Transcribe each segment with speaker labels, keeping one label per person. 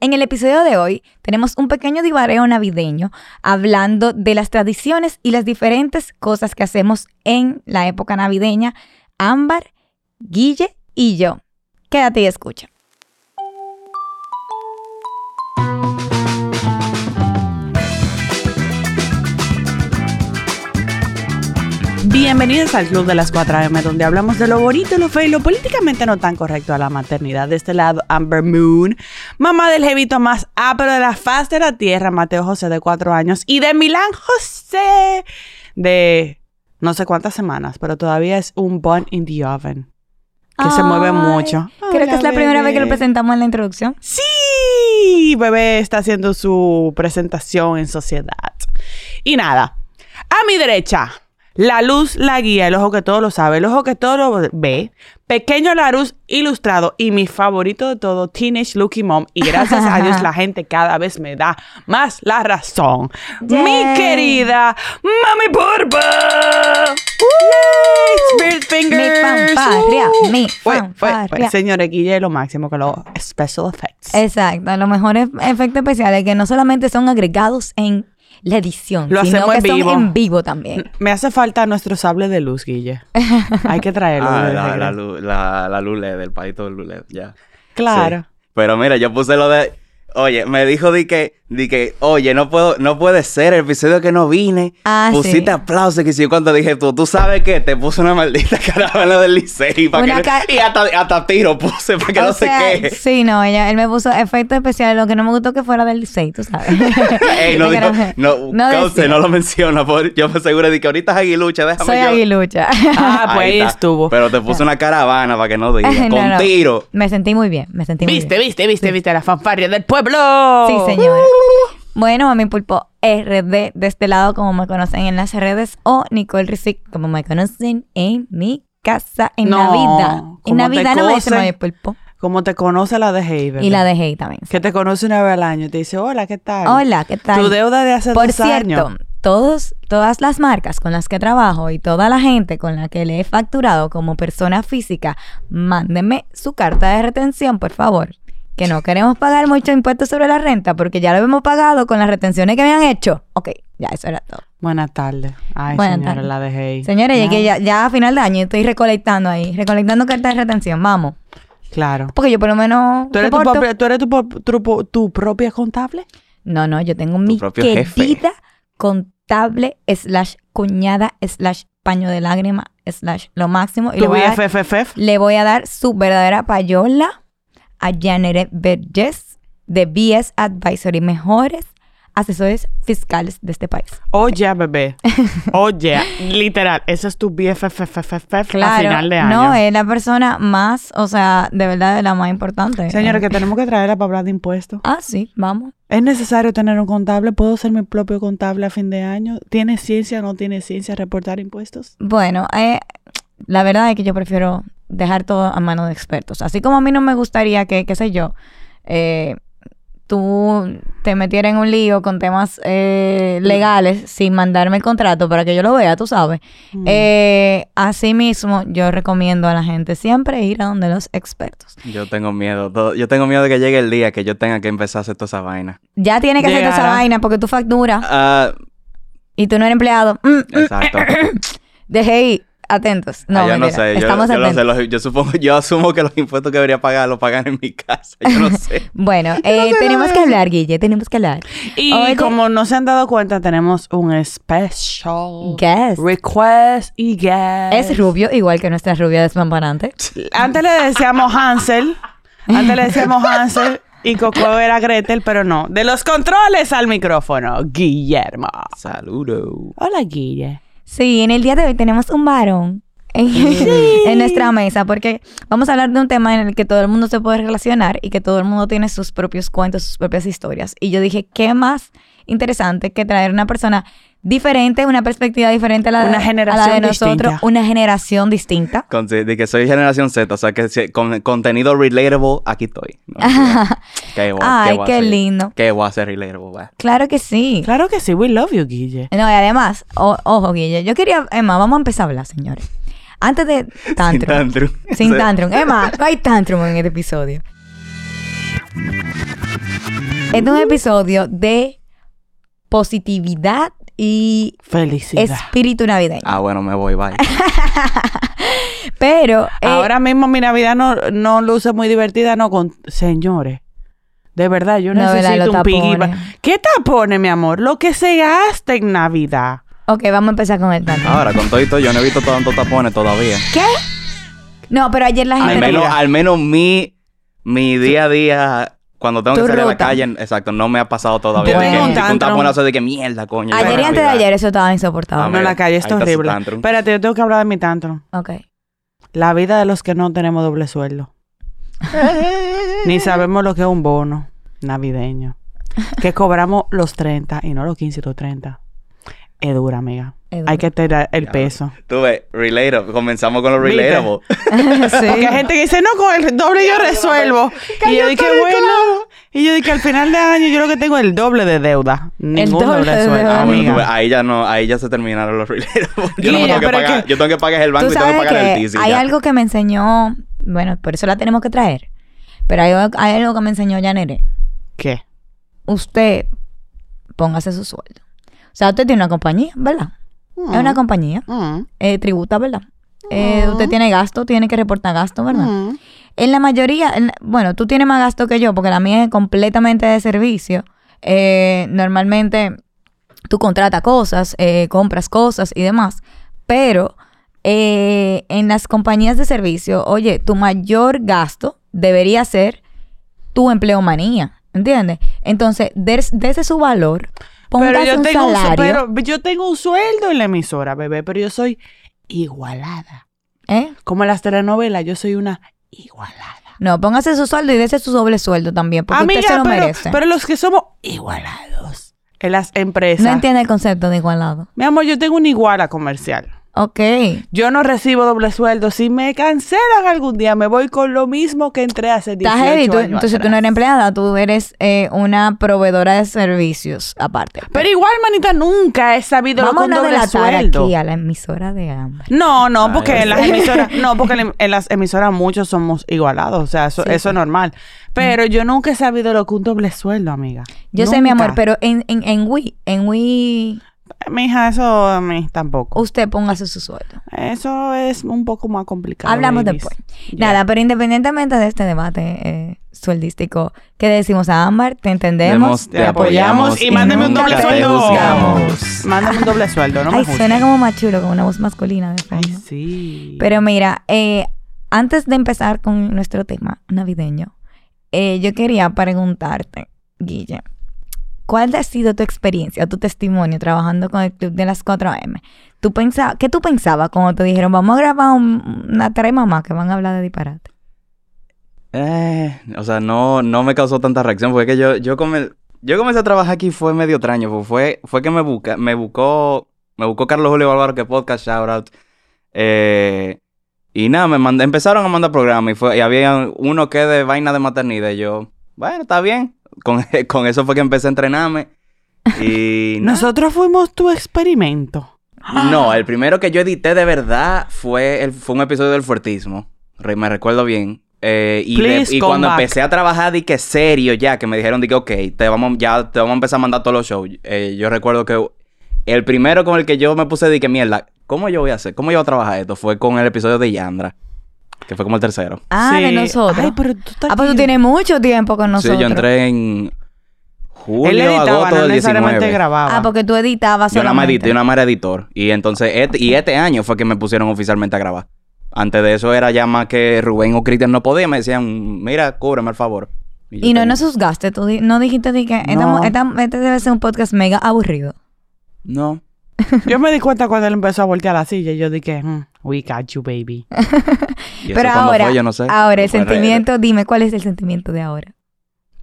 Speaker 1: En el episodio de hoy tenemos un pequeño divareo navideño hablando de las tradiciones y las diferentes cosas que hacemos en la época navideña. Ámbar, Guille y yo. Quédate y escucha.
Speaker 2: Bienvenidos al Club de las 4M, donde hablamos de lo bonito, lo feo y lo políticamente no tan correcto a la maternidad. De este lado, Amber Moon, mamá del jevito más ápero de la faz de la tierra, Mateo José, de 4 años, y de Milán José, de no sé cuántas semanas, pero todavía es un bun in the oven, que se mueve
Speaker 1: Ay,
Speaker 2: mucho.
Speaker 1: Creo que es la
Speaker 2: Hola,
Speaker 1: primera vez que lo
Speaker 2: bebé.
Speaker 1: presentamos en la introducción.
Speaker 2: Sí, bebé está haciendo su presentación en sociedad. Y nada, a mi derecha, la luz, la guía, el ojo que todo lo sabe, el ojo que todo lo ve, pequeño Larus ilustrado y mi favorito de todo, Teenage Lucky Mom. Y gracias a Dios la gente cada vez me da más la razón. Mi
Speaker 1: Yay.
Speaker 2: querida Mami Purpa. ¡Woo! Spirit Fingers.
Speaker 1: fanfarria,
Speaker 2: ¡Uh!
Speaker 1: mi
Speaker 2: Fue, fue, fue.
Speaker 1: fanfarria.
Speaker 2: Señores, Guille es lo máximo con los special effects.
Speaker 1: Eh, Exacto, los mejores efectos especiales que no solamente son agregados en la edición,
Speaker 2: Lo
Speaker 1: sino
Speaker 2: hacemos
Speaker 1: que
Speaker 2: en vivo.
Speaker 1: son en vivo también.
Speaker 2: Me hace falta nuestro sable de luz, Guille. Hay que traerlo.
Speaker 3: Ah,
Speaker 2: de
Speaker 3: la, la,
Speaker 2: regreso.
Speaker 3: lu- la, la luz LED, el palito de luz LED, ya.
Speaker 2: Claro.
Speaker 3: Sí. Pero mira, yo puse lo de. Oye, me dijo di que, di que, oye, no puedo, no puede ser el episodio que no vine.
Speaker 1: Ah,
Speaker 3: Pusiste
Speaker 1: sí.
Speaker 3: aplausos que si yo cuando dije tú, tú sabes qué, te puse una maldita caravana del licey para
Speaker 1: Una
Speaker 3: que-
Speaker 1: ca-
Speaker 3: y hasta, hasta tiro puse para que
Speaker 1: O
Speaker 3: no
Speaker 1: sea,
Speaker 3: sé qué.
Speaker 1: Sí, no, ella, él me puso efectos especiales, lo que no me gustó que fuera del Licey, tú sabes.
Speaker 3: Ey, no,
Speaker 1: Me
Speaker 3: dijo,
Speaker 1: quedaron-
Speaker 3: no,
Speaker 1: no
Speaker 3: cauce,
Speaker 1: decía.
Speaker 3: no lo menciona, por, yo me aseguro de que ahorita es aguilucha, déjame
Speaker 1: Soy
Speaker 3: yo.
Speaker 1: aguilucha.
Speaker 2: Ah, pues ahí
Speaker 3: está.
Speaker 2: estuvo.
Speaker 3: Pero te puse una caravana para que no diga,
Speaker 1: No,
Speaker 3: con
Speaker 1: no.
Speaker 3: tiro.
Speaker 1: Me sentí muy bien, me sentí
Speaker 2: Viste,
Speaker 1: muy
Speaker 2: viste, viste, viste la fanfarria del pueblo.
Speaker 3: Uh.
Speaker 1: bien. Sí, señora. Bueno, mami pulpo RD de este lado, como me conocen en las redes, o Nicole Rizik, como me conocen en mi casa en
Speaker 2: No,
Speaker 1: Navidad. En
Speaker 2: ¿cómo te
Speaker 1: Navidad no me dice
Speaker 2: cosen?
Speaker 1: mami pulpo.
Speaker 2: Como te conoce la de Haven.
Speaker 1: Y la dejé también.
Speaker 2: Que te conoce una vez al año. y Te dice, hola, ¿qué tal?
Speaker 1: Hola, ¿qué tal?
Speaker 2: Tu deuda de hace
Speaker 1: Por
Speaker 2: dos
Speaker 1: cierto,
Speaker 2: años.
Speaker 1: todos, todas las marcas con las que trabajo y toda la gente con la que le he facturado como persona física, mándenme su carta de retención, por favor. Que no queremos pagar mucho impuesto sobre la renta porque ya lo hemos pagado con las retenciones que me han hecho. Ok, ya eso era todo.
Speaker 2: Buenas tardes. Ay,
Speaker 1: Buenas
Speaker 2: señora,
Speaker 1: tardes.
Speaker 2: la de Haven.
Speaker 1: Señores, llegué ya, ya a final de año y estoy recolectando ahí, recolectando cartas de retención, vamos.
Speaker 2: Claro.
Speaker 1: Porque yo por lo menos...
Speaker 2: ¿Tú eres, tu,
Speaker 1: reporto-
Speaker 2: propia- tú eres tu, po- tu po- tu propia contable?
Speaker 1: No, no, yo tengo mi
Speaker 3: propio
Speaker 1: querida
Speaker 3: jefe.
Speaker 1: contable slash cuñada slash paño de lágrima slash lo máximo. Y le
Speaker 2: ¿Tu
Speaker 1: voy, a dar,
Speaker 2: BFFF?
Speaker 1: le voy a dar su verdadera payola a Janet Verges de BS Advisory, mejores asesores fiscales de este país.
Speaker 2: Oye, bebé. Oye, literal, ese es tu BFFFFF a
Speaker 1: Claro,
Speaker 2: final de año.
Speaker 1: no, eh. es la persona más, o sea, de verdad, de la más importante.
Speaker 2: Señores, que tenemos que traerla para hablar de impuestos.
Speaker 1: Ah, sí, vamos.
Speaker 2: ¿Es necesario tener un contable? ¿Puedo ser mi propio contable a fin de año? ¿Tiene ciencia o no tiene ciencia reportar impuestos?
Speaker 1: Bueno, eh, la verdad es que yo prefiero dejar todo a mano de expertos. Así como a mí no me gustaría que, qué sé yo, eh, tú te metieras en un lío con temas eh, legales sin mandarme el contrato para que yo lo vea, tú sabes. Eh, asimismo, yo recomiendo a la gente siempre ir a donde los expertos.
Speaker 3: Yo tengo miedo, todo- yo tengo miedo de que llegue el día que yo tenga que empezar a hacer toda esa vaina.
Speaker 1: Ya tiene que hacer toda esa
Speaker 2: Llegará.
Speaker 1: vaina porque tú facturas
Speaker 3: Ah,
Speaker 1: y tú no eres empleado. Mm, mm,
Speaker 3: exacto.
Speaker 1: Dejé ir. Atentos. No,
Speaker 3: Ah, yo no
Speaker 1: mentira.
Speaker 3: sé, yo,
Speaker 1: Estamos
Speaker 3: yo no
Speaker 1: atentos.
Speaker 3: sé, los- yo supongo, yo asumo que los impuestos que debería pagar los pagan en mi casa, yo no sé.
Speaker 1: Bueno, eh, tenemos que hablar, Guille, tenemos que hablar.
Speaker 2: Y
Speaker 1: Oye,
Speaker 2: como no se han dado cuenta, tenemos un special
Speaker 1: Guest.
Speaker 2: request y guest.
Speaker 1: Es rubio, igual que nuestra rubia despamparante.
Speaker 2: Antes le decíamos Hansel. Antes le decíamos Hansel. Y Coco era Gretel, pero no. De los controles al micrófono, Guillermo.
Speaker 3: Saludo.
Speaker 2: Hola, Guille.
Speaker 1: Sí, en el día de hoy tenemos un varón en, en nuestra mesa, porque vamos a hablar de un tema en el que todo el mundo se puede relacionar y que todo el mundo tiene sus propios cuentos, sus propias historias. Y yo dije, ¿qué más interesante que traer una persona diferente, una perspectiva diferente a la, de- a
Speaker 2: Una
Speaker 1: la de
Speaker 2: generación
Speaker 1: nosotros,
Speaker 2: distinta.
Speaker 1: una generación distinta?
Speaker 3: Con- de que soy generación Z, o sea que si- con contenido relatable, aquí estoy. No, qué guay,
Speaker 1: Ay,
Speaker 3: guay
Speaker 1: qué
Speaker 3: ser-
Speaker 1: lindo.
Speaker 3: Qué guay ser relatable, guay.
Speaker 1: Claro que sí.
Speaker 2: Claro que sí, we love you, Guille.
Speaker 1: No, y además, o- ojo, Guille, yo quería, Emma, vamos a empezar a hablar, señores. Antes de
Speaker 3: Sin
Speaker 1: tantrum.
Speaker 3: tantrum.
Speaker 1: Sin
Speaker 3: Sí.
Speaker 1: tantrum. Emma, no hay tantrum en este episodio. Este es un episodio de positividad y
Speaker 2: Felicidad.
Speaker 1: espíritu navideño.
Speaker 3: Ah, bueno, me voy, bye.
Speaker 1: Pero eh,
Speaker 2: Ahora mismo mi Navidad no, no luce muy divertida, no con señores. De verdad, yo
Speaker 1: No, ¿verdad?
Speaker 2: necesito
Speaker 1: Los
Speaker 2: un piggy.
Speaker 1: tapones.
Speaker 2: ba- ¿Qué tapones, mi amor? Lo que se gasta en Navidad.
Speaker 1: ok, vamos a empezar con el tantrum.
Speaker 3: Ahora, con todo y todo, yo no he visto tantos tapones todavía.
Speaker 1: ¿Qué? No, pero ayer la
Speaker 3: Al
Speaker 1: gente...
Speaker 3: menos,
Speaker 2: mira.
Speaker 3: al menos mi, mi día a día, cuando tengo que
Speaker 1: Tu
Speaker 3: salir a la
Speaker 1: ruta.
Speaker 3: calle, exacto, no me ha pasado todavía.
Speaker 2: Yo
Speaker 3: de que,
Speaker 2: tengo un
Speaker 3: de que
Speaker 2: tantrum.
Speaker 3: un taponazo de que mierda, coño.
Speaker 1: ayer y
Speaker 3: ya
Speaker 1: antes de
Speaker 3: Navidad.
Speaker 1: ayer eso estaba insoportable.
Speaker 3: Ah,
Speaker 2: no,
Speaker 3: mira,
Speaker 2: la calle está
Speaker 3: ahí está su
Speaker 2: horrible.
Speaker 3: tantrum.
Speaker 2: Espérate, yo tengo que hablar de mi tantrum.
Speaker 1: Ok.
Speaker 2: La vida de los que no tenemos doble sueldo. Ni sabemos lo que es un bono navideño. Que cobramos los 30 y no los 15 y los 30. Es dura, amiga.
Speaker 1: Es dura.
Speaker 2: Hay que tirar el peso.
Speaker 3: Tú ves, relatable. Comenzamos con lo
Speaker 2: ¿Viste?
Speaker 3: relatable.
Speaker 1: Sí.
Speaker 2: Porque hay gente que dice, no, con el doble yo resuelvo. Y yo dije, bueno. Y yo dije, al final de año yo lo que tengo es el doble de deuda. Ningún
Speaker 1: doble
Speaker 2: doble,
Speaker 1: de
Speaker 2: sueldo,
Speaker 1: deuda.
Speaker 3: Ah, bueno, tú ves,
Speaker 2: amiga.
Speaker 3: ahí ya no, ahí ya se terminaron los relatables. Yo no me
Speaker 2: Mira,
Speaker 3: tengo que
Speaker 2: pero es
Speaker 3: pagar,
Speaker 2: que-
Speaker 3: yo tengo que pagar el banco
Speaker 1: Tú
Speaker 3: y tengo que
Speaker 1: sabes
Speaker 3: pagar el
Speaker 1: que
Speaker 3: TC.
Speaker 1: hay
Speaker 3: ya.
Speaker 1: algo que me enseñó, bueno, por eso la tenemos que traer, pero hay, hay algo que me enseñó Yanere.
Speaker 2: ¿Qué?
Speaker 1: Usted póngase su sueldo. O sea, usted tiene una compañía, ¿verdad? Es una compañía,
Speaker 2: Mm,
Speaker 1: eh, tributa, ¿verdad? Eh, usted tiene gasto, tiene que reportar gasto, ¿verdad?
Speaker 2: mm.
Speaker 1: En la mayoría, en- bueno, tú tienes más gasto que yo, porque la mía es completamente de servicio. Eh, normalmente tú contratas cosas, eh, compras cosas y demás. Pero eh, en las compañías de servicio, oye, tu mayor gasto debería ser tu empleomanía, ¿entiendes? Entonces, des- desde su valor,
Speaker 2: Pero
Speaker 1: pongas
Speaker 2: yo,
Speaker 1: un
Speaker 2: tengo un, su-
Speaker 1: salario.
Speaker 2: pero yo tengo un sueldo en la emisora, bebé, pero yo soy igualada.
Speaker 1: ¿eh?
Speaker 2: Como en las telenovelas, yo soy una igualada.
Speaker 1: No, póngase su sueldo y dése su doble sueldo también, porque
Speaker 2: Amiga,
Speaker 1: usted se lo
Speaker 2: Ah, pero,
Speaker 1: merece.
Speaker 2: pero los que somos igualados en las empresas.
Speaker 1: no entiende el concepto de igualado.
Speaker 2: Mi amor, yo tengo una iguala comercial.
Speaker 1: Ok.
Speaker 2: Yo no recibo doble sueldo. Si me cancelan algún día, me voy con lo mismo que entré hace 18
Speaker 1: Está heavy, tú-
Speaker 2: años
Speaker 1: entonces tú
Speaker 2: atrás.
Speaker 1: no eres empleada, tú eres eh, una proveedora de servicios aparte.
Speaker 2: Pero igual, manita, nunca he sabido lo
Speaker 1: Vamos
Speaker 2: que un
Speaker 1: a
Speaker 2: doble
Speaker 1: delatar
Speaker 2: sueldo.
Speaker 1: aquí a la emisora de ambas.
Speaker 2: No, no, porque
Speaker 3: Ay,
Speaker 2: en las emisoras, no, porque en- en las emisoras muchos somos igualados, o sea, eso, eso es normal. Pero yo nunca he sabido lo que un doble sueldo, amiga.
Speaker 1: Yo sé, mi
Speaker 2: Nunca.
Speaker 1: amor, pero en, en, en Wii, en Wii,
Speaker 2: Mija, eso a mí tampoco.
Speaker 1: usted póngase su sueldo.
Speaker 2: Eso es un poco más complicado.
Speaker 1: Hablamos
Speaker 2: babies.
Speaker 1: después.
Speaker 2: Ya.
Speaker 1: Nada, pero independientemente de este debate eh, sueldístico, que decimos a Ámbar, te entendemos.
Speaker 3: Demos- te apoyamos
Speaker 2: y mándame un
Speaker 1: nunca
Speaker 2: doble
Speaker 1: te
Speaker 2: sueldo.
Speaker 3: juzgamos.
Speaker 2: Mándame un doble sueldo, no me
Speaker 1: Ay,
Speaker 2: juzgues.
Speaker 1: suena como más chulo, con una voz masculina de
Speaker 2: Ay,
Speaker 1: fondo.
Speaker 2: sí.
Speaker 1: Pero mira, eh, antes de empezar con nuestro tema navideño, eh, yo quería preguntarte, Guille, ¿cuál ha sido tu experiencia, tu testimonio trabajando con el Club de las 4M? ¿Tú pensa- ¿Qué tú pensabas cuando te dijeron, vamos a grabar un- una tres mamás que van a hablar de disparate?
Speaker 3: Eh, o sea, no, no me causó tanta reacción. Fue que yo, yo, come- yo comencé a trabajar aquí fue medio extraño. porque Fue, fue que me, busca, me buscó me buscó Carlos Julio Bárbaro, que podcast, shout out. Eh, y nada, me manda- empezaron a mandar programas y, fue, y había uno que de vaina de maternidad. Y yo, bueno, está bien. Con, con eso fue que empecé a entrenarme. Y nada.
Speaker 2: Nosotros fuimos tu experimento.
Speaker 3: No,
Speaker 2: Ah.
Speaker 3: el primero que yo edité de verdad fue, el, fue un episodio del fuertismo. Re- me recuerdo bien. Eh, y de-
Speaker 2: Please
Speaker 3: y
Speaker 2: come
Speaker 3: cuando
Speaker 2: back.
Speaker 3: empecé a trabajar, di que serio ya, que me dijeron, di que, ok, te vamos, ya te vamos a empezar a mandar todos los shows. Eh, yo recuerdo que el primero con el que yo me puse, di que mierda, ¿cómo yo voy a hacer? ¿Cómo yo voy a trabajar esto? Fue con el episodio de Yandra, que fue como el tercero.
Speaker 1: Ah, de
Speaker 2: Sí.
Speaker 1: nosotros.
Speaker 2: Ay, pero tú estás
Speaker 1: ah, pues tú
Speaker 2: aquí.
Speaker 1: tienes mucho tiempo con nosotros.
Speaker 3: Sí, yo entré en julio,
Speaker 2: Él editaba,
Speaker 3: agosto
Speaker 2: no
Speaker 3: del
Speaker 2: necesariamente
Speaker 3: 19.
Speaker 2: grababa.
Speaker 1: Ah, porque tú editabas
Speaker 3: Yo nada más
Speaker 1: solamente.
Speaker 3: edité, yo nada más era editor. Y entonces, este, y este año fue que me pusieron oficialmente a grabar. Antes de eso era ya más que Rubén o Cristian no podían. Me decían, mira, cúbreme el favor. yo
Speaker 1: Y no
Speaker 3: tenía-
Speaker 1: nos juzgaste, tú di- no dijiste de que esta
Speaker 3: No.
Speaker 1: mu- esta- este debe ser un podcast mega aburrido.
Speaker 3: No.
Speaker 2: Yo me di cuenta cuando él empezó a voltear la silla. y Yo dije, "Mm, we got you, baby.
Speaker 3: Y eso
Speaker 1: Pero
Speaker 3: cuando
Speaker 1: ahora,
Speaker 3: fue, yo no sé.
Speaker 1: ahora el
Speaker 3: Fue re-
Speaker 1: sentimiento, dime cuál es el sentimiento de ahora.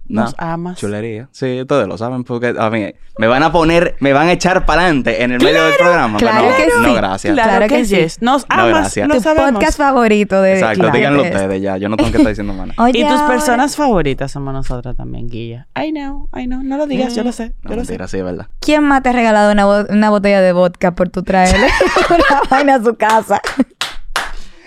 Speaker 3: No.
Speaker 2: Nos amas.
Speaker 3: Chulería. Sí, ustedes lo saben porque a mí me van a poner, me van a echar para adelante en el medio del programa. pero
Speaker 1: claro
Speaker 3: no,
Speaker 1: que
Speaker 3: no,
Speaker 1: sí.
Speaker 3: gracias.
Speaker 2: Claro,
Speaker 1: Claro
Speaker 2: que,
Speaker 1: que sí.
Speaker 2: yes. Nos
Speaker 3: No,
Speaker 2: amas.
Speaker 3: gracias.
Speaker 2: lo
Speaker 1: tu
Speaker 2: sabemos.
Speaker 1: podcast favorito de
Speaker 3: Exacto,
Speaker 1: claro,
Speaker 3: díganlo
Speaker 1: de-
Speaker 3: ustedes ya. Yo no tengo que estar diciendo más nada.
Speaker 1: Oye,
Speaker 2: Y tus
Speaker 1: ahora-
Speaker 2: personas favoritas somos nosotras también, Guilla. I know, I know. No lo digas, yo lo sé.
Speaker 3: No,
Speaker 2: yo lo sé.
Speaker 3: mentira, sí, es verdad.
Speaker 1: ¿Quién más te ha regalado una, bo- una botella de vodka por tu traerle una vaina a su casa?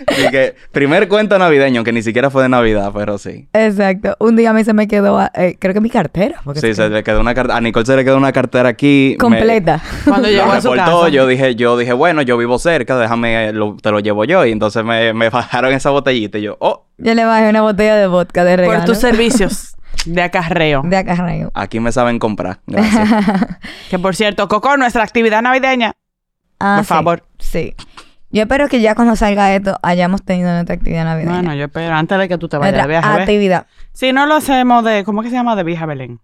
Speaker 3: Así que, primer cuento navideño, que ni siquiera fue de Navidad, pero sí.
Speaker 1: Exacto. Un día a mí se me quedó, eh, creo que mi cartera. porque
Speaker 3: Sí,
Speaker 1: se
Speaker 3: se
Speaker 1: quedó
Speaker 3: le quedó una cartera. A Nicole se le quedó una cartera aquí. me-
Speaker 1: completa.
Speaker 2: Cuando llegó
Speaker 3: Lo
Speaker 2: a su
Speaker 3: reportó,
Speaker 2: casa.
Speaker 3: yo dije, yo dije, bueno, yo vivo cerca, déjame, eh, lo- te lo llevo yo. Y entonces me, me bajaron esa botellita y yo, oh,
Speaker 1: Yo le bajé una botella de vodka de regalo.
Speaker 2: Por tus servicios de acarreo.
Speaker 1: De acá arriba.
Speaker 3: aquí me saben comprar. Gracias.
Speaker 2: Que por cierto, Coco, nuestra actividad navideña.
Speaker 1: Ah,
Speaker 2: Por
Speaker 1: sí,
Speaker 2: favor.
Speaker 1: Sí. Yo espero que ya cuando salga esto hayamos tenido nuestra actividad navideña.
Speaker 2: Bueno, yo espero antes de que tú te vayas de
Speaker 1: nuestra
Speaker 2: viaje. ¿ves?
Speaker 1: actividad.
Speaker 2: Si no lo hacemos de, ¿cómo que se llama? De Vija Belén.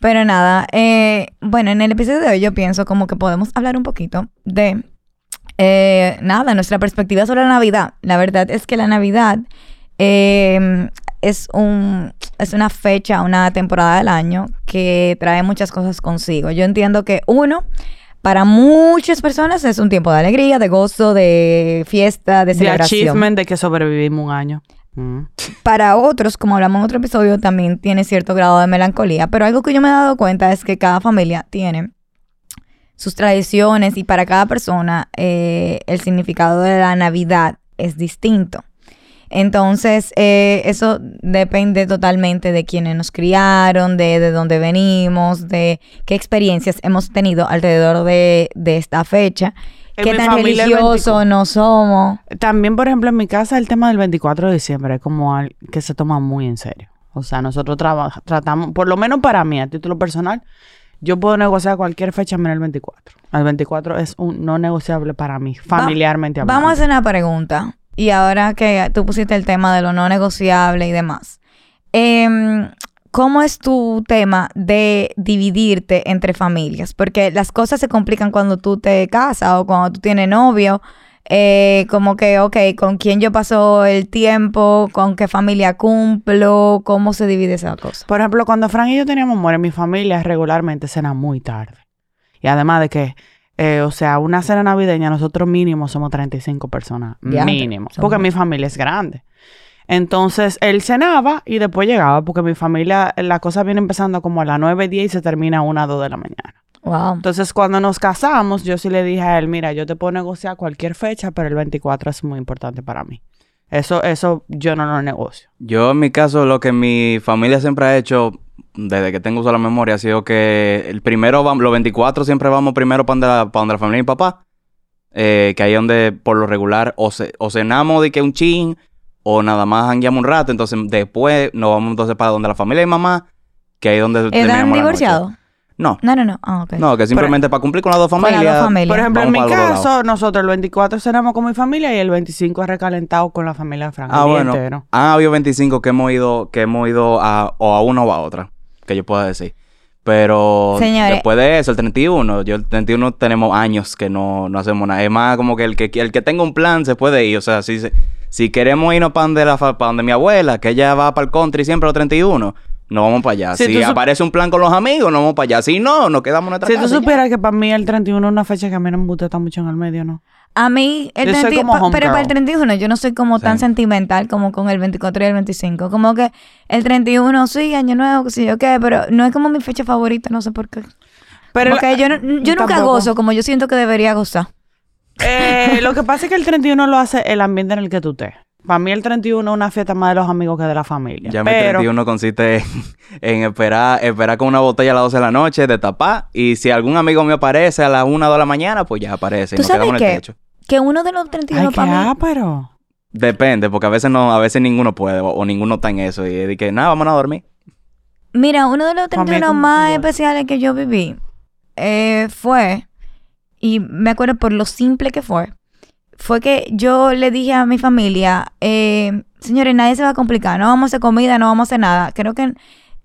Speaker 1: Pero nada, eh, bueno, en el episodio de hoy yo pienso como que podemos hablar un poquito de eh, nada, nuestra perspectiva sobre la Navidad. La verdad es que la Navidad eh, es, un, es una fecha, una temporada del año que trae muchas cosas consigo. Yo entiendo que uno, para muchas personas es un tiempo de alegría, de gozo, de fiesta, de
Speaker 2: De
Speaker 1: celebración.
Speaker 2: achievement de que sobrevivimos un año. Mm.
Speaker 1: para otros, como hablamos en otro episodio, también tiene cierto grado de melancolía. Pero algo que yo me he dado cuenta es que cada familia tiene sus tradiciones y para cada persona eh, el significado de la Navidad es distinto. Entonces, eh, eso depende totalmente de quienes nos criaron, de, de dónde venimos, de qué experiencias hemos tenido alrededor de, de esta fecha,
Speaker 2: En
Speaker 1: qué
Speaker 2: mi
Speaker 1: tan
Speaker 2: familia, el
Speaker 1: religiosos no somos.
Speaker 2: También, por ejemplo, en mi casa el tema del 24 de diciembre es como al- que se toma muy en serio. O sea, nosotros traba- tratamos, por lo menos para mí, a título personal, yo puedo negociar cualquier fecha menos el 24. El 24 es un no negociable para mí, familiarmente hablando.
Speaker 1: Vamos a hacer una pregunta. Y ahora que tú pusiste el tema de lo no negociable y demás. Em, ¿Cómo es tu tema de dividirte entre familias? Porque las cosas se complican cuando tú te casas o cuando tú tienes novio. Eh, como que, ok, ¿con quién yo paso el tiempo? ¿Con qué familia cumplo? ¿Cómo se divide esa cosa?
Speaker 2: Por ejemplo, cuando Frank y yo teníamos amor en mi familia, regularmente cena muy tarde. Y además de que, eh, o sea, una cena navideña, nosotros mínimo somos 35 personas.
Speaker 1: Diantre,
Speaker 2: mínimo.
Speaker 1: son
Speaker 2: Porque mi
Speaker 1: muchos.
Speaker 2: familia es grande. Entonces, él cenaba y después llegaba, porque mi familia, la cosa viene empezando como a las 9, 10 y se termina a 1, 2 de la mañana.
Speaker 1: Wow.
Speaker 2: Entonces, cuando nos casamos, yo sí le dije a él, mira, yo te puedo negociar cualquier fecha, pero el 24 es muy importante para mí. Eso, eso yo no lo negocio.
Speaker 3: Yo en mi caso, lo que mi familia siempre ha hecho, desde que tengo uso de la memoria, ha sido que el primero, vam- los 24 siempre vamos primero para donde, la- pa' donde la familia y mi papá, eh, que ahí es donde por lo regular o, ce- o cenamos de que un chin o nada más jangueamos un rato, entonces después nos vamos entonces para donde la familia y mamá, que ahí es donde...
Speaker 1: ¿Eran
Speaker 3: terminamos la noche.
Speaker 1: divorciados?
Speaker 3: No,
Speaker 1: No, no, no. Ah, ok.
Speaker 3: no, que simplemente para cumplir con las dos
Speaker 1: Con las
Speaker 3: familias.
Speaker 1: dos familias.
Speaker 2: Por ejemplo, en mi
Speaker 3: Vamos para algún
Speaker 2: caso, nosotros el 24 cenamos con mi familia y el 25 es recalentado con la familia de Frank.
Speaker 3: Ah,
Speaker 2: el día
Speaker 3: bueno.
Speaker 2: entero.
Speaker 3: Han habido 25 que hemos ido, que hemos ido a, o a una o a otra, que yo pueda decir. Pero
Speaker 1: Señores.
Speaker 3: después de eso, el 31, yo el 31 tenemos años que no, no hacemos nada. Es más, como que el que el que tenga un plan se puede ir. O sea, si, se- si queremos irnos para donde, la, fa- pa' donde mi abuela, que ella va para el country siempre los 31, no vamos para allá.
Speaker 2: Si
Speaker 3: Si,
Speaker 2: tú sup-
Speaker 3: aparece un plan con los amigos, no vamos para allá. Si no, nos quedamos en nuestra
Speaker 2: Si
Speaker 3: casa
Speaker 2: tú
Speaker 3: y ya.
Speaker 2: supieras que para mí el 31 es una fecha que a mí no me gusta estar mucho en el medio, ¿no?
Speaker 1: A mí, el
Speaker 2: Yo soy
Speaker 1: 30
Speaker 2: como
Speaker 1: pa-
Speaker 2: homegirl.
Speaker 1: pero para el 31 yo no soy como tan
Speaker 3: Sí.
Speaker 1: sentimental como con el 24 y el 25. Como que el 31 sí, año nuevo, qué sé yo qué, pero no es como mi fecha favorita, no sé por qué.
Speaker 2: Pero
Speaker 1: Porque yo, no- yo nunca
Speaker 2: tampoco.
Speaker 1: gozo como yo siento que debería gozar.
Speaker 2: Eh, lo que pasa es que el 31 lo hace el ambiente en el que tú estés. Para mí el 31 es una fiesta más de los amigos que de la familia.
Speaker 3: Ya mi
Speaker 2: pero,
Speaker 3: 31 consiste en, en esperar, esperar con una botella a las 12 de la noche, de tapar. Y si algún amigo me aparece a las 1 o 2 de la mañana, pues ya aparece. y
Speaker 1: ¿Tú
Speaker 3: nos
Speaker 1: sabes
Speaker 3: quedamos en
Speaker 1: qué?
Speaker 3: el techo.
Speaker 1: Que uno de los
Speaker 2: Ay,
Speaker 1: 31
Speaker 2: qué
Speaker 1: para mí...
Speaker 2: ápero.
Speaker 3: Depende, porque a veces no, a veces ninguno puede, o, o ninguno está en eso. Y es de que, nada, vámonos a dormir.
Speaker 1: Mira, uno de los
Speaker 2: Pa' mí es
Speaker 1: 31
Speaker 2: como
Speaker 1: más
Speaker 2: igual.
Speaker 1: especiales que yo viví eh, fue, y me acuerdo por lo simple que fue, fue que yo le dije a mi familia, eh, señores, nadie se va a complicar, no vamos a hacer comida, no vamos a hacer nada. Creo que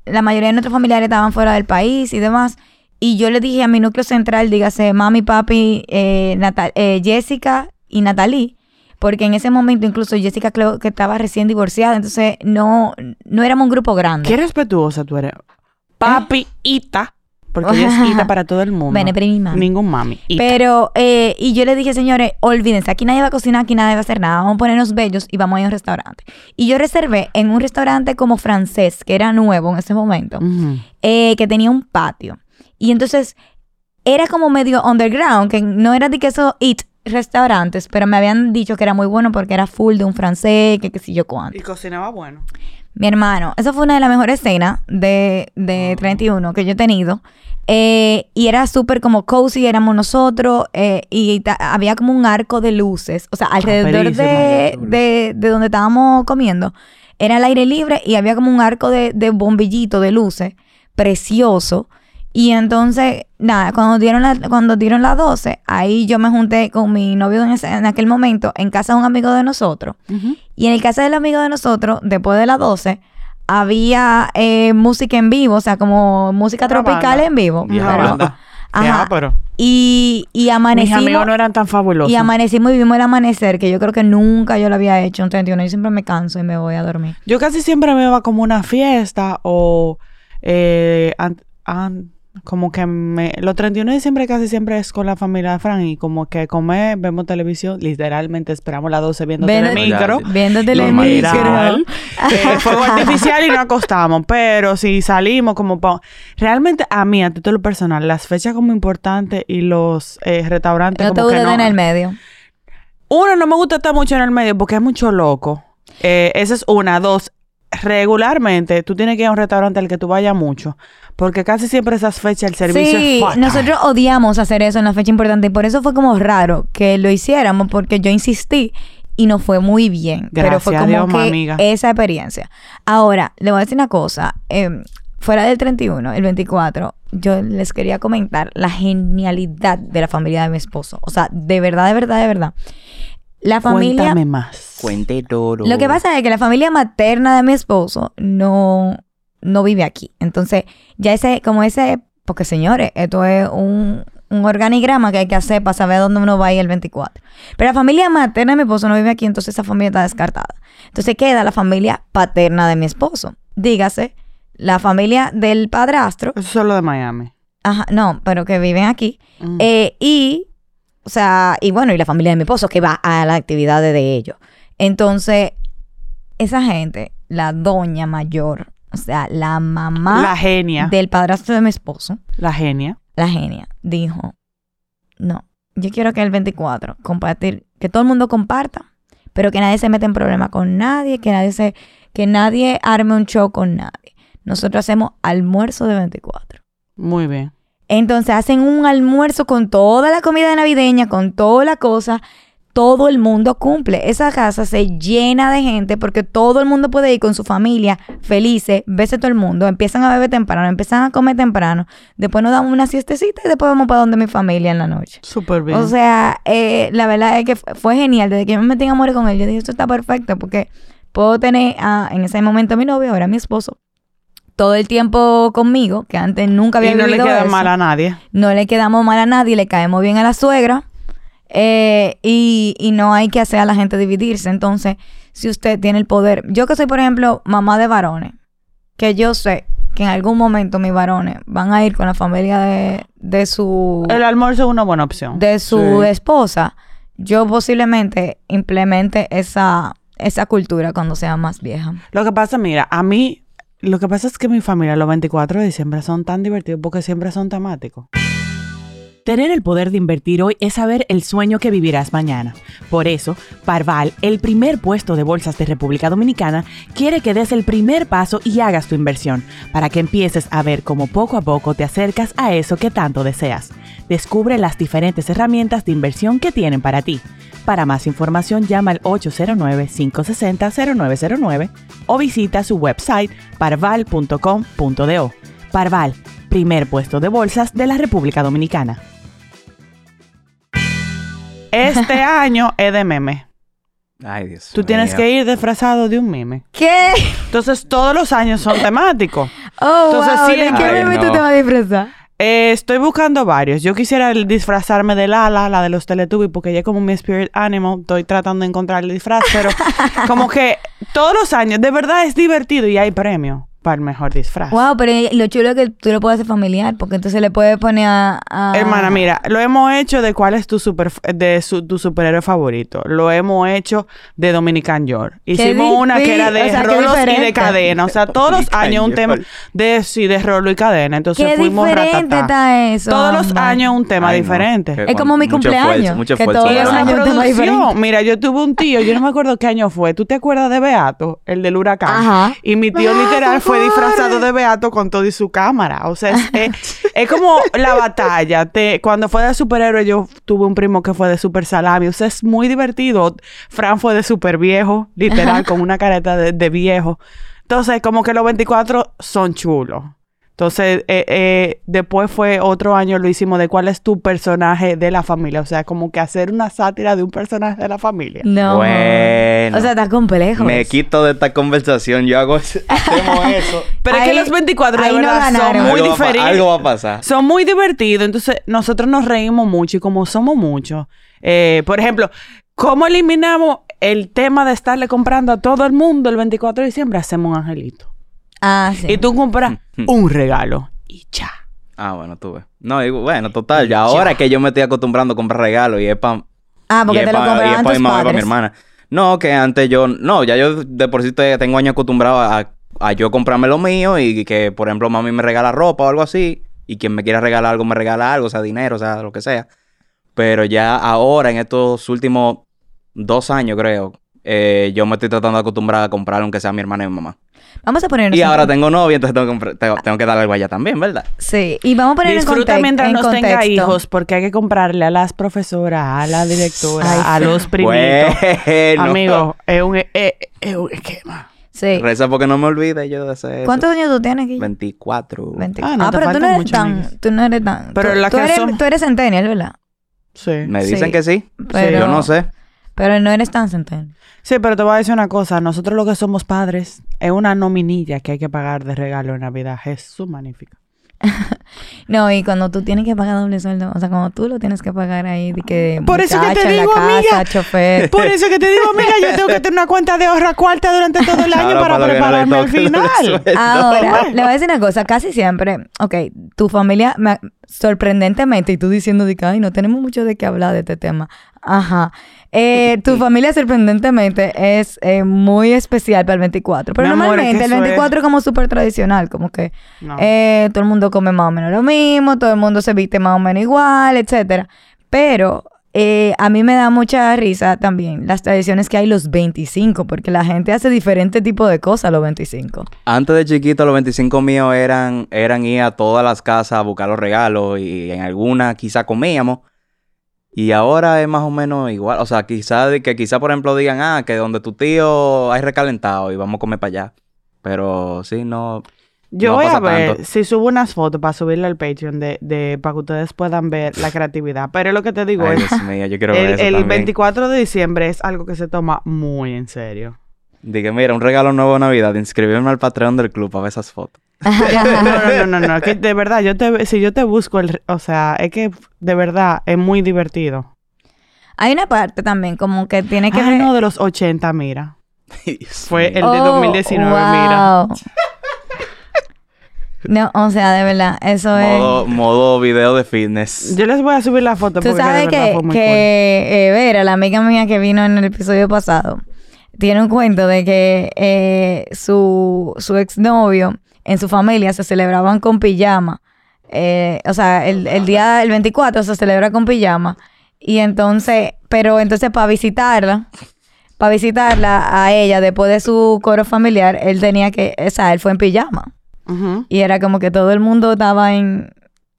Speaker 1: la mayoría de nuestros familiares estaban fuera del país y demás. Y yo le dije a mi núcleo central, dígase mami, papi, eh, Natal- eh, Jessica y Natalie, porque en ese momento incluso Jessica creo que estaba recién divorciada, entonces no, no éramos un grupo grande.
Speaker 2: Qué respetuosa tú eres. Papi, Ita. Porque ella es Ita para todo el mundo.
Speaker 1: Bene, pero mi mami.
Speaker 2: Ningún mami. Ita.
Speaker 1: Pero, eh, y yo le dije, señores, olvídense, aquí nadie va a cocinar, aquí nadie va a hacer nada, vamos a ponernos bellos y vamos a ir a un restaurante. Y yo reservé en un restaurante como francés, que era nuevo en ese momento,
Speaker 2: Ujú.
Speaker 1: eh, que tenía un patio. Y entonces era como medio underground, que no era de que eso, eat restaurantes, pero me habían dicho que era muy bueno porque era full de un francés, que qué sé yo cuánto.
Speaker 2: Y cocinaba bueno.
Speaker 1: Mi hermano, esa fue una de las mejores cenas de, de 31 que yo he tenido. Eh, y era súper como cozy, éramos nosotros. eh, y ta- había como un arco de luces. O sea, alrededor de,
Speaker 2: perísimo, qué chulo.
Speaker 1: de, de donde estábamos comiendo. Era el aire libre y había como un arco de, de bombillito de luces. Precioso. Y entonces, nada, cuando dieron, la, cuando dieron las 12, ahí yo me junté con mi novio en, ese- en aquel momento en casa de un amigo de nosotros. Y en el caso del amigo de nosotros, después de las 12, había eh, música en vivo, o sea, como música
Speaker 2: Una
Speaker 1: tropical
Speaker 2: banda.
Speaker 1: en vivo.
Speaker 3: Y
Speaker 1: Pero-
Speaker 3: hablando.
Speaker 1: Ajá.
Speaker 2: pero.
Speaker 1: Y, y
Speaker 2: Mis amigos
Speaker 1: amanecimos.
Speaker 2: no eran tan fabulosos.
Speaker 1: Y amanecimos y vimos el amanecer, que yo creo que nunca yo lo había hecho un 31. Yo siempre me canso y me voy a dormir.
Speaker 2: Yo casi siempre me iba como a una fiesta o eh, an- an- como que me, los 31 de diciembre casi siempre es con la familia de Fran y como que comer, vemos televisión, literalmente esperamos las 12 viendo
Speaker 1: Ven-
Speaker 2: telemicro.
Speaker 3: Ya,
Speaker 1: Viéndote la
Speaker 3: Normal.
Speaker 2: Literal. Eh, fuego artificial y nos acostamos, pero si salimos como pa- realmente a mí a título personal las fechas como importantes y los eh, restaurantes
Speaker 1: No te
Speaker 2: como que
Speaker 1: gusta
Speaker 2: no,
Speaker 1: en el medio.
Speaker 2: uno, no me gusta estar mucho en el medio porque es mucho loco. Eh, esa es una. Dos, regularmente tú tienes que ir a un restaurante al que tú vayas mucho. Porque casi siempre esas fechas el servicio
Speaker 1: sí,
Speaker 2: es fatal.
Speaker 1: nosotros odiamos hacer eso en la fecha importante y por eso fue como raro que lo hiciéramos porque yo insistí y no fue muy bien. pero fue
Speaker 2: Gracias a
Speaker 1: como
Speaker 2: Dios,
Speaker 1: que
Speaker 2: ma amiga.
Speaker 1: esa experiencia. Ahora, le voy a decir una cosa. eh, fuera del 31, el 24, yo les quería comentar la genialidad de la familia de mi esposo. O sea, de verdad, de verdad, de verdad. La familia...
Speaker 2: Cuéntame más.
Speaker 3: Cuente todo.
Speaker 1: Lo que pasa es que la familia materna de mi esposo no, no vive aquí. Entonces, ya ese, como ese, porque señores, esto es un, un organigrama que hay que hacer para saber dónde uno va a ir el 24. Pero la familia materna de mi esposo no vive aquí, entonces esa familia está descartada. Entonces queda la familia paterna de mi esposo. Dígase, la familia del padrastro,
Speaker 2: Eso es lo de Miami.
Speaker 1: ajá, no, pero que viven aquí.
Speaker 2: Mm.
Speaker 1: Eh, y, o sea, y bueno, y la familia de mi esposo que va a las actividades de ellos. Entonces, esa gente, la doña mayor, o sea, la mamá
Speaker 2: la genia.
Speaker 1: del padrastro Ah, de mi esposo,
Speaker 2: La genia.
Speaker 1: la genia, dijo, no, yo quiero que el 24 compartir, que todo el mundo comparta, pero que nadie se meta en problema con nadie, que nadie se, que nadie arme un show con nadie. Nosotros hacemos almuerzo de 24.
Speaker 2: Muy bien.
Speaker 1: Entonces hacen un almuerzo con toda la comida navideña, con toda la cosa. Todo el mundo cumple. Esa casa se llena de gente porque todo el mundo puede ir con su familia, felices, bese todo el mundo. Empiezan a beber temprano, empiezan a comer temprano. Después nos damos una siestecita y después vamos para donde mi familia en la noche.
Speaker 2: Súper bien.
Speaker 1: O sea, eh, la verdad es que fue, fue genial. Desde que yo me metí en amores con él, yo dije, esto está perfecto porque puedo tener a- en ese momento a mi novio, ahora a mi esposo, todo el tiempo conmigo, que antes nunca había
Speaker 2: y no le
Speaker 1: vivido
Speaker 2: queda
Speaker 1: eso
Speaker 2: mal a nadie.
Speaker 1: no le quedamos mal a nadie, le caemos bien a la suegra eh, y, y no hay que hacer a la gente dividirse. Entonces, si usted tiene el poder, yo que soy, por ejemplo, mamá de varones, que yo sé que en algún momento mis varones van a ir con la familia de, de su,
Speaker 2: El almuerzo es una buena opción.
Speaker 1: de su
Speaker 3: Sí.
Speaker 1: esposa, yo posiblemente implemente esa, esa cultura cuando sea más vieja.
Speaker 2: Lo que pasa, mira, a mí, lo que pasa es que mi familia, los 24 de diciembre, son tan divertidos porque siempre son temáticos. Tener el poder de invertir hoy es saber el sueño que vivirás mañana. Por eso, Parval, el primer puesto de bolsas de República Dominicana, quiere que des el primer paso y hagas tu inversión, para que empieces a ver cómo poco a poco te acercas a eso que tanto deseas. Descubre las diferentes herramientas de inversión que tienen para ti. Para más información llama al 809-560-0909 o visita su website parval.com.do. Parval, primer puesto de bolsas de la República Dominicana. Este año es de meme.
Speaker 3: Ay, Dios.
Speaker 2: Tú tienes que ir disfrazado de un meme.
Speaker 1: ¿Qué?
Speaker 2: Entonces todos los años son temáticos.
Speaker 1: Oh,
Speaker 2: Entonces,
Speaker 1: wow,
Speaker 2: sí,
Speaker 1: ¿de qué
Speaker 3: ay,
Speaker 1: meme tú
Speaker 3: no.
Speaker 1: te vas a disfrazar?
Speaker 2: Eh, estoy buscando varios. Yo quisiera el- disfrazarme de Lala, la de los Teletubbies, porque ella es como mi spirit animal. Estoy tratando de encontrar el disfraz, pero como que todos los años, de verdad es divertido y hay premio para el mejor disfraz.
Speaker 1: Wow, pero eh, lo chulo es que tú lo puedes hacer familiar, porque entonces le puedes poner a... a-
Speaker 2: Hermana, mira, lo hemos hecho de cuál es tu super de su- tu superhéroe favorito. Lo hemos hecho de Dominican York. Hicimos una que era de
Speaker 1: difi- o sea, qué
Speaker 2: rolos y de
Speaker 1: diferente.
Speaker 2: cadena. O sea, todos los
Speaker 3: Dominican
Speaker 2: años un tema
Speaker 3: York.
Speaker 2: de sí, de rolo y cadena. Entonces
Speaker 1: Qué
Speaker 2: fuimos
Speaker 1: diferente
Speaker 2: ratatá.
Speaker 1: está eso,
Speaker 2: Todos los
Speaker 1: hombre.
Speaker 2: años un tema diferente.
Speaker 1: Es como mi cumpleaños,
Speaker 3: Mucho
Speaker 1: que
Speaker 3: esfuerzo.
Speaker 1: todos
Speaker 2: Y era
Speaker 1: los
Speaker 2: una
Speaker 3: ¿verdad?
Speaker 1: años- un tema
Speaker 2: producción.
Speaker 1: diferente.
Speaker 2: Mira, yo tuve un tío, yo no me acuerdo qué año fue. ¿Tú te acuerdas de Beato, el del huracán?
Speaker 4: Ajá.
Speaker 2: Y mi tío literal fue disfrazado de Beato con todo y su cámara. O sea, es, es- es como la batalla. Te- cuando fue de superhéroe, yo tuve un primo que fue de super salami. O sea, es muy divertido. Fran fue de super viejo, literal, con una careta de, de viejo. Entonces, como que los 24 son chulos. Entonces, eh, eh, después fue otro año lo hicimos de cuál es tu personaje de la familia. O sea, como que hacer una sátira de un personaje de la familia.
Speaker 1: No.
Speaker 3: Bueno.
Speaker 1: O sea, está complejo.
Speaker 3: Me
Speaker 1: eso.
Speaker 3: quito de esta conversación. Yo hago hacemos eso.
Speaker 2: Pero es que
Speaker 1: Ahí-
Speaker 2: los 24 de
Speaker 1: ahí no
Speaker 2: verdad son
Speaker 1: ganaron.
Speaker 2: muy
Speaker 3: algo, va a pa-
Speaker 2: diferentes.
Speaker 3: algo va a pasar.
Speaker 2: Son muy divertidos. Entonces, nosotros nos reímos mucho y como somos muchos. eh, por ejemplo, ¿cómo eliminamos el tema de estarle comprando a todo el mundo el 24 de diciembre? Hacemos un angelito.
Speaker 1: Ah, sí.
Speaker 2: Y tú compras
Speaker 3: Mm,
Speaker 2: un regalo y ya.
Speaker 3: Ah, bueno, tú ves. No, digo, bueno, total. Ya ahora que yo me estoy acostumbrando a comprar regalos y es para
Speaker 1: ah, porque
Speaker 3: y
Speaker 1: te
Speaker 3: es
Speaker 1: lo
Speaker 3: pa- y es
Speaker 1: compraban
Speaker 3: pa'
Speaker 1: tus
Speaker 3: mi mamá y pa' mi
Speaker 1: padres.
Speaker 3: hermana. No, que antes yo, no, ya yo de por sí te- tengo años acostumbrado a, a yo comprarme lo mío y que, por ejemplo, mami me regala ropa o algo así. Y quien me quiera regalar algo, me regala algo, o sea, dinero, o sea, lo que sea. Pero ya ahora, en estos últimos dos años, creo, eh, yo me estoy tratando de acostumbrar a comprar aunque sea mi hermana y mi mamá.
Speaker 1: Vamos a ponernos
Speaker 3: Y
Speaker 1: en-
Speaker 3: ahora tengo novia, entonces tengo que, comprar- tengo, tengo que darle algo allá también, ¿verdad?
Speaker 1: Sí, y vamos a poner en,
Speaker 2: Disfruta
Speaker 1: conte-
Speaker 2: mientras
Speaker 1: en
Speaker 2: nos tenga
Speaker 1: contexto.
Speaker 2: hijos, porque hay que comprarle a las profesoras, a la directora,
Speaker 1: Ay,
Speaker 2: a
Speaker 1: sí.
Speaker 2: los primitos.
Speaker 3: Bueno.
Speaker 2: Amigo, es un, es- es un esquema.
Speaker 1: Sí.
Speaker 3: Reza porque no me olvide yo de hacer eso.
Speaker 1: ¿Cuántos años tú tienes aquí?
Speaker 3: 24.
Speaker 1: 20.
Speaker 2: Ah, no te
Speaker 1: pero tú no
Speaker 2: falta
Speaker 1: eres
Speaker 2: mucho, amiguis.
Speaker 1: tan... Tú no eres tan...
Speaker 2: Pero
Speaker 1: tú,
Speaker 2: la
Speaker 1: tú
Speaker 2: que
Speaker 1: eres,
Speaker 2: som-
Speaker 1: Tú eres centennial, ¿verdad?
Speaker 2: Sí.
Speaker 3: Me dicen
Speaker 1: Sí.
Speaker 3: que sí.
Speaker 1: Pero,
Speaker 3: Yo no sé.
Speaker 1: Pero no eres tan centennial.
Speaker 2: Sí, pero te voy a decir una cosa. Nosotros los que somos padres, es una nominilla que hay que pagar de regalo en Navidad. Jesús magnífico.
Speaker 1: No, y cuando tú tienes que pagar doble sueldo, o sea, cuando tú lo tienes que pagar ahí, de que
Speaker 2: Por eso que te
Speaker 1: muchacho en
Speaker 2: digo,
Speaker 1: la casa,
Speaker 2: amiga.
Speaker 1: chofer.
Speaker 2: Por eso que te digo, amiga, yo tengo que tener una cuenta de ahorra cuarta durante todo el año
Speaker 3: Ahora
Speaker 2: para,
Speaker 3: lo que no le
Speaker 2: prepararme al
Speaker 3: toca, no le
Speaker 2: final.
Speaker 3: suelto.
Speaker 1: Ahora, le voy a decir una cosa, casi siempre, ok, tu familia, me- sorprendentemente, y tú diciendo de que, ay, no tenemos mucho de qué hablar de este tema, ajá, eh, tu familia sorprendentemente es eh, muy especial para el 24, pero
Speaker 2: Mi amor, es que
Speaker 1: normalmente el
Speaker 2: eso es-
Speaker 1: 24 es como súper tradicional, como que
Speaker 2: No.
Speaker 1: eh, todo el mundo come más o menos lo mismo, todo el mundo se viste más o menos igual, etcétera, pero... eh, a mí me da mucha risa también las tradiciones que hay los 25, porque la gente hace diferente tipo de cosas los 25.
Speaker 3: Antes de chiquito, los 25 míos eran, eran ir a todas las casas a buscar los regalos y en algunas quizá comíamos. Y ahora es más o menos igual. O sea, quizá de- que quizá, por ejemplo, digan, ah, que donde tu tío hay recalentado y vamos a comer para allá. Pero sí, no.
Speaker 2: Yo
Speaker 3: no
Speaker 2: voy a
Speaker 3: pasa
Speaker 2: ver
Speaker 3: tanto.
Speaker 2: si subo unas fotos para subirle al Patreon de, de- para que ustedes puedan ver la creatividad. Pero lo que te digo
Speaker 3: Ay,
Speaker 2: es,
Speaker 3: Dios mío, yo quiero ver
Speaker 2: el,
Speaker 3: eso
Speaker 2: el
Speaker 3: también.
Speaker 2: 24 de diciembre es algo que se toma muy en serio.
Speaker 3: Dije, mira, un regalo nuevo de Navidad. Inscribirme al Patreon del club para ver esas fotos.
Speaker 2: no, no, no, no, no, que de verdad, yo te, si yo te busco, el, o sea, es que de verdad es muy divertido.
Speaker 1: Hay una parte también como que tiene que
Speaker 2: Ay,
Speaker 1: ver-
Speaker 2: Ah, no, de los 80, mira. Fue el de
Speaker 1: Oh,
Speaker 2: 2019, mira.
Speaker 1: wow. No, o sea, de verdad, eso
Speaker 3: Modo, modo video de fitness.
Speaker 2: Yo les voy a subir la foto
Speaker 1: es... Tú
Speaker 2: porque de
Speaker 1: sabes
Speaker 2: verdad
Speaker 1: que,
Speaker 2: fue muy
Speaker 1: que eh, Vera, la amiga mía que vino en el episodio pasado, tiene un cuento de que eh, su, su exnovio en su familia se celebraban con pijama. eh, o sea, el, el día, el 24 se celebra con pijama. Y entonces, pero entonces para visitarla, para visitarla a ella después de su coro familiar, él tenía que, o sea, él fue en pijama.
Speaker 2: Ujú.
Speaker 1: Y era como que todo el mundo estaba en,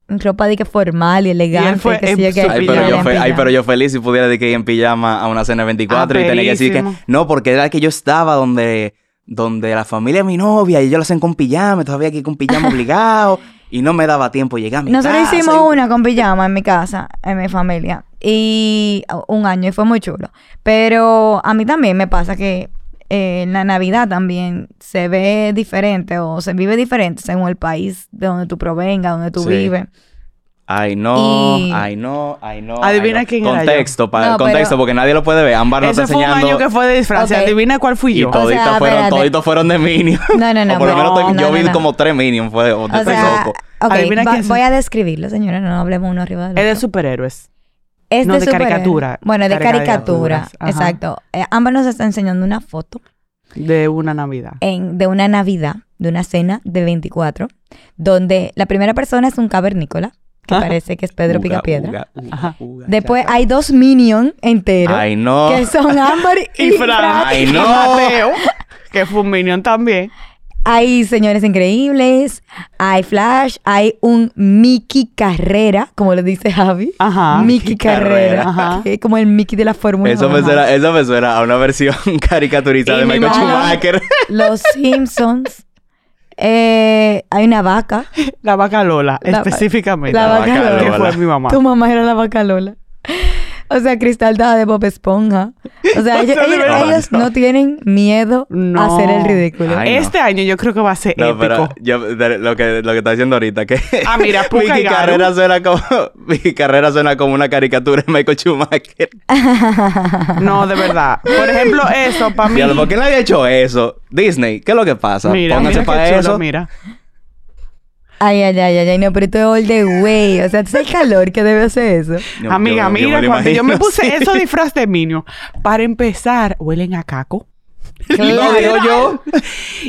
Speaker 1: en ropa de que formal y elegante.
Speaker 2: fue
Speaker 1: que sí,
Speaker 2: en
Speaker 1: que-
Speaker 2: su
Speaker 3: Ay,
Speaker 1: y
Speaker 3: pero
Speaker 1: él
Speaker 3: yo,
Speaker 1: en
Speaker 3: fe- ay,
Speaker 1: pijama.
Speaker 3: pero yo feliz si pudiera de que ir en pijama a una cena de 24 y tener que decir que
Speaker 2: Aperísimo.
Speaker 3: no, porque era que yo estaba donde, donde la familia de mi novia y ellos lo hacen con pijama, todavía aquí con pijama obligado y no me daba tiempo llegar a mi
Speaker 1: Nosotros
Speaker 2: Ah,
Speaker 3: casa.
Speaker 1: hicimos una con pijama en mi casa, en mi familia. Y un año y fue muy chulo. Pero a mí también me pasa que eh, en la Navidad también se ve diferente o se vive diferente según el país de donde tú provengas, donde tú
Speaker 3: Sí.
Speaker 1: vives.
Speaker 3: Ay, no,
Speaker 1: Y-
Speaker 3: ay, no, ay, no.
Speaker 2: Adivina
Speaker 3: ay, no.
Speaker 2: quién era yo.
Speaker 3: Contexto, para
Speaker 1: No,
Speaker 3: el contexto,
Speaker 1: pero-
Speaker 3: porque nadie lo puede ver. Ámbar no está
Speaker 2: Ese fue un
Speaker 3: enseñando.
Speaker 2: año que fue de disfraces.
Speaker 1: Ok.
Speaker 2: Adivina cuál fui
Speaker 3: Y
Speaker 2: yo.
Speaker 3: toditos
Speaker 1: sea,
Speaker 3: fueron,
Speaker 1: espérate.
Speaker 3: toditos fueron de Minion.
Speaker 1: No, no, no.
Speaker 3: o por lo
Speaker 1: pero-
Speaker 3: menos te-
Speaker 1: no,
Speaker 3: yo
Speaker 1: no,
Speaker 3: vi
Speaker 1: no.
Speaker 3: como tres Minion, fue, o
Speaker 1: O
Speaker 3: tres
Speaker 1: sea,
Speaker 3: locos.
Speaker 1: ok,
Speaker 2: Adivina
Speaker 1: va-
Speaker 2: quién es.
Speaker 1: voy a describlo, señora, no hablemos uno arriba del otro.
Speaker 2: Es de superhéroes.
Speaker 1: Es
Speaker 2: no, de
Speaker 1: superhéroe.
Speaker 2: caricatura.
Speaker 1: Bueno, de caricatura,
Speaker 2: Caricaturas, ajá.
Speaker 1: exacto. Eh, ambas nos está enseñando una foto
Speaker 2: De una Navidad.
Speaker 1: en- de una Navidad, de una cena de 24, donde la primera persona es un cavernícola,
Speaker 2: Ah.
Speaker 1: que parece que es Pedro
Speaker 3: Uga,
Speaker 1: Picapiedra.
Speaker 3: uga, uga,
Speaker 2: Ajá.
Speaker 3: uga,
Speaker 1: Después hay dos Minion enteros,
Speaker 3: Ay, no.
Speaker 1: que son Ámbar y, Fran.
Speaker 3: Ay, no.
Speaker 2: Y Mateo,
Speaker 1: Oh.
Speaker 2: que fue un minion también.
Speaker 1: Hay señores increíbles, hay Flash, hay un Mickey Carrera, como le dice Javi.
Speaker 2: Ajá.
Speaker 1: Mickey Carrera,
Speaker 3: Carrera.
Speaker 2: Ajá.
Speaker 1: que es como el Mickey de la Fórmula
Speaker 3: Eso me,
Speaker 1: uno.
Speaker 3: suena, eso me suena a una versión caricaturizada
Speaker 2: Y
Speaker 3: de
Speaker 2: mi
Speaker 3: Michael
Speaker 2: mamá.
Speaker 3: Schumacher.
Speaker 1: Los Simpsons. Eh, hay una vaca.
Speaker 2: La vaca Lola,
Speaker 1: La-
Speaker 2: específicamente.
Speaker 1: la vaca Lola.
Speaker 2: Que fue mi mamá.
Speaker 1: Tu mamá era la vaca Lola. O sea, Cristal Dada de Bob Esponja. O sea, ellos,
Speaker 2: No, de
Speaker 1: ellos-
Speaker 3: verdad,
Speaker 1: ellos
Speaker 3: no.
Speaker 1: no. tienen miedo
Speaker 2: No.
Speaker 1: a hacer el ridículo.
Speaker 3: Ay, no.
Speaker 2: este año yo creo que va a ser
Speaker 3: No,
Speaker 2: épico.
Speaker 3: pero yo, de- lo, que, lo que está diciendo ahorita, que
Speaker 2: Ah, mira, Puka
Speaker 3: Mickey
Speaker 2: y Garu.
Speaker 3: Carrera suena como Mickey Carrera suena como una caricatura de Michael Schumacher.
Speaker 2: No, de verdad. Por ejemplo, eso para mí.
Speaker 3: Diablo, ¿por qué nadie ha hecho eso? Disney, ¿qué es lo que pasa?
Speaker 2: Mira,
Speaker 3: Pónganse
Speaker 2: mira
Speaker 3: para
Speaker 2: qué chulo,
Speaker 3: eso.
Speaker 2: mira.
Speaker 1: Ay, ay, ay, ay, ay, no, pero esto es all the way. O sea, ¿tú sabes el calor que debe hacer eso?
Speaker 3: Yo-
Speaker 2: Amiga,
Speaker 3: yo- yo me
Speaker 2: mira,
Speaker 3: lo
Speaker 2: cuando yo me
Speaker 3: imagino
Speaker 2: puse
Speaker 3: así.
Speaker 2: eso disfraz de minion, para empezar, huelen a caco.
Speaker 3: Lo digo yo.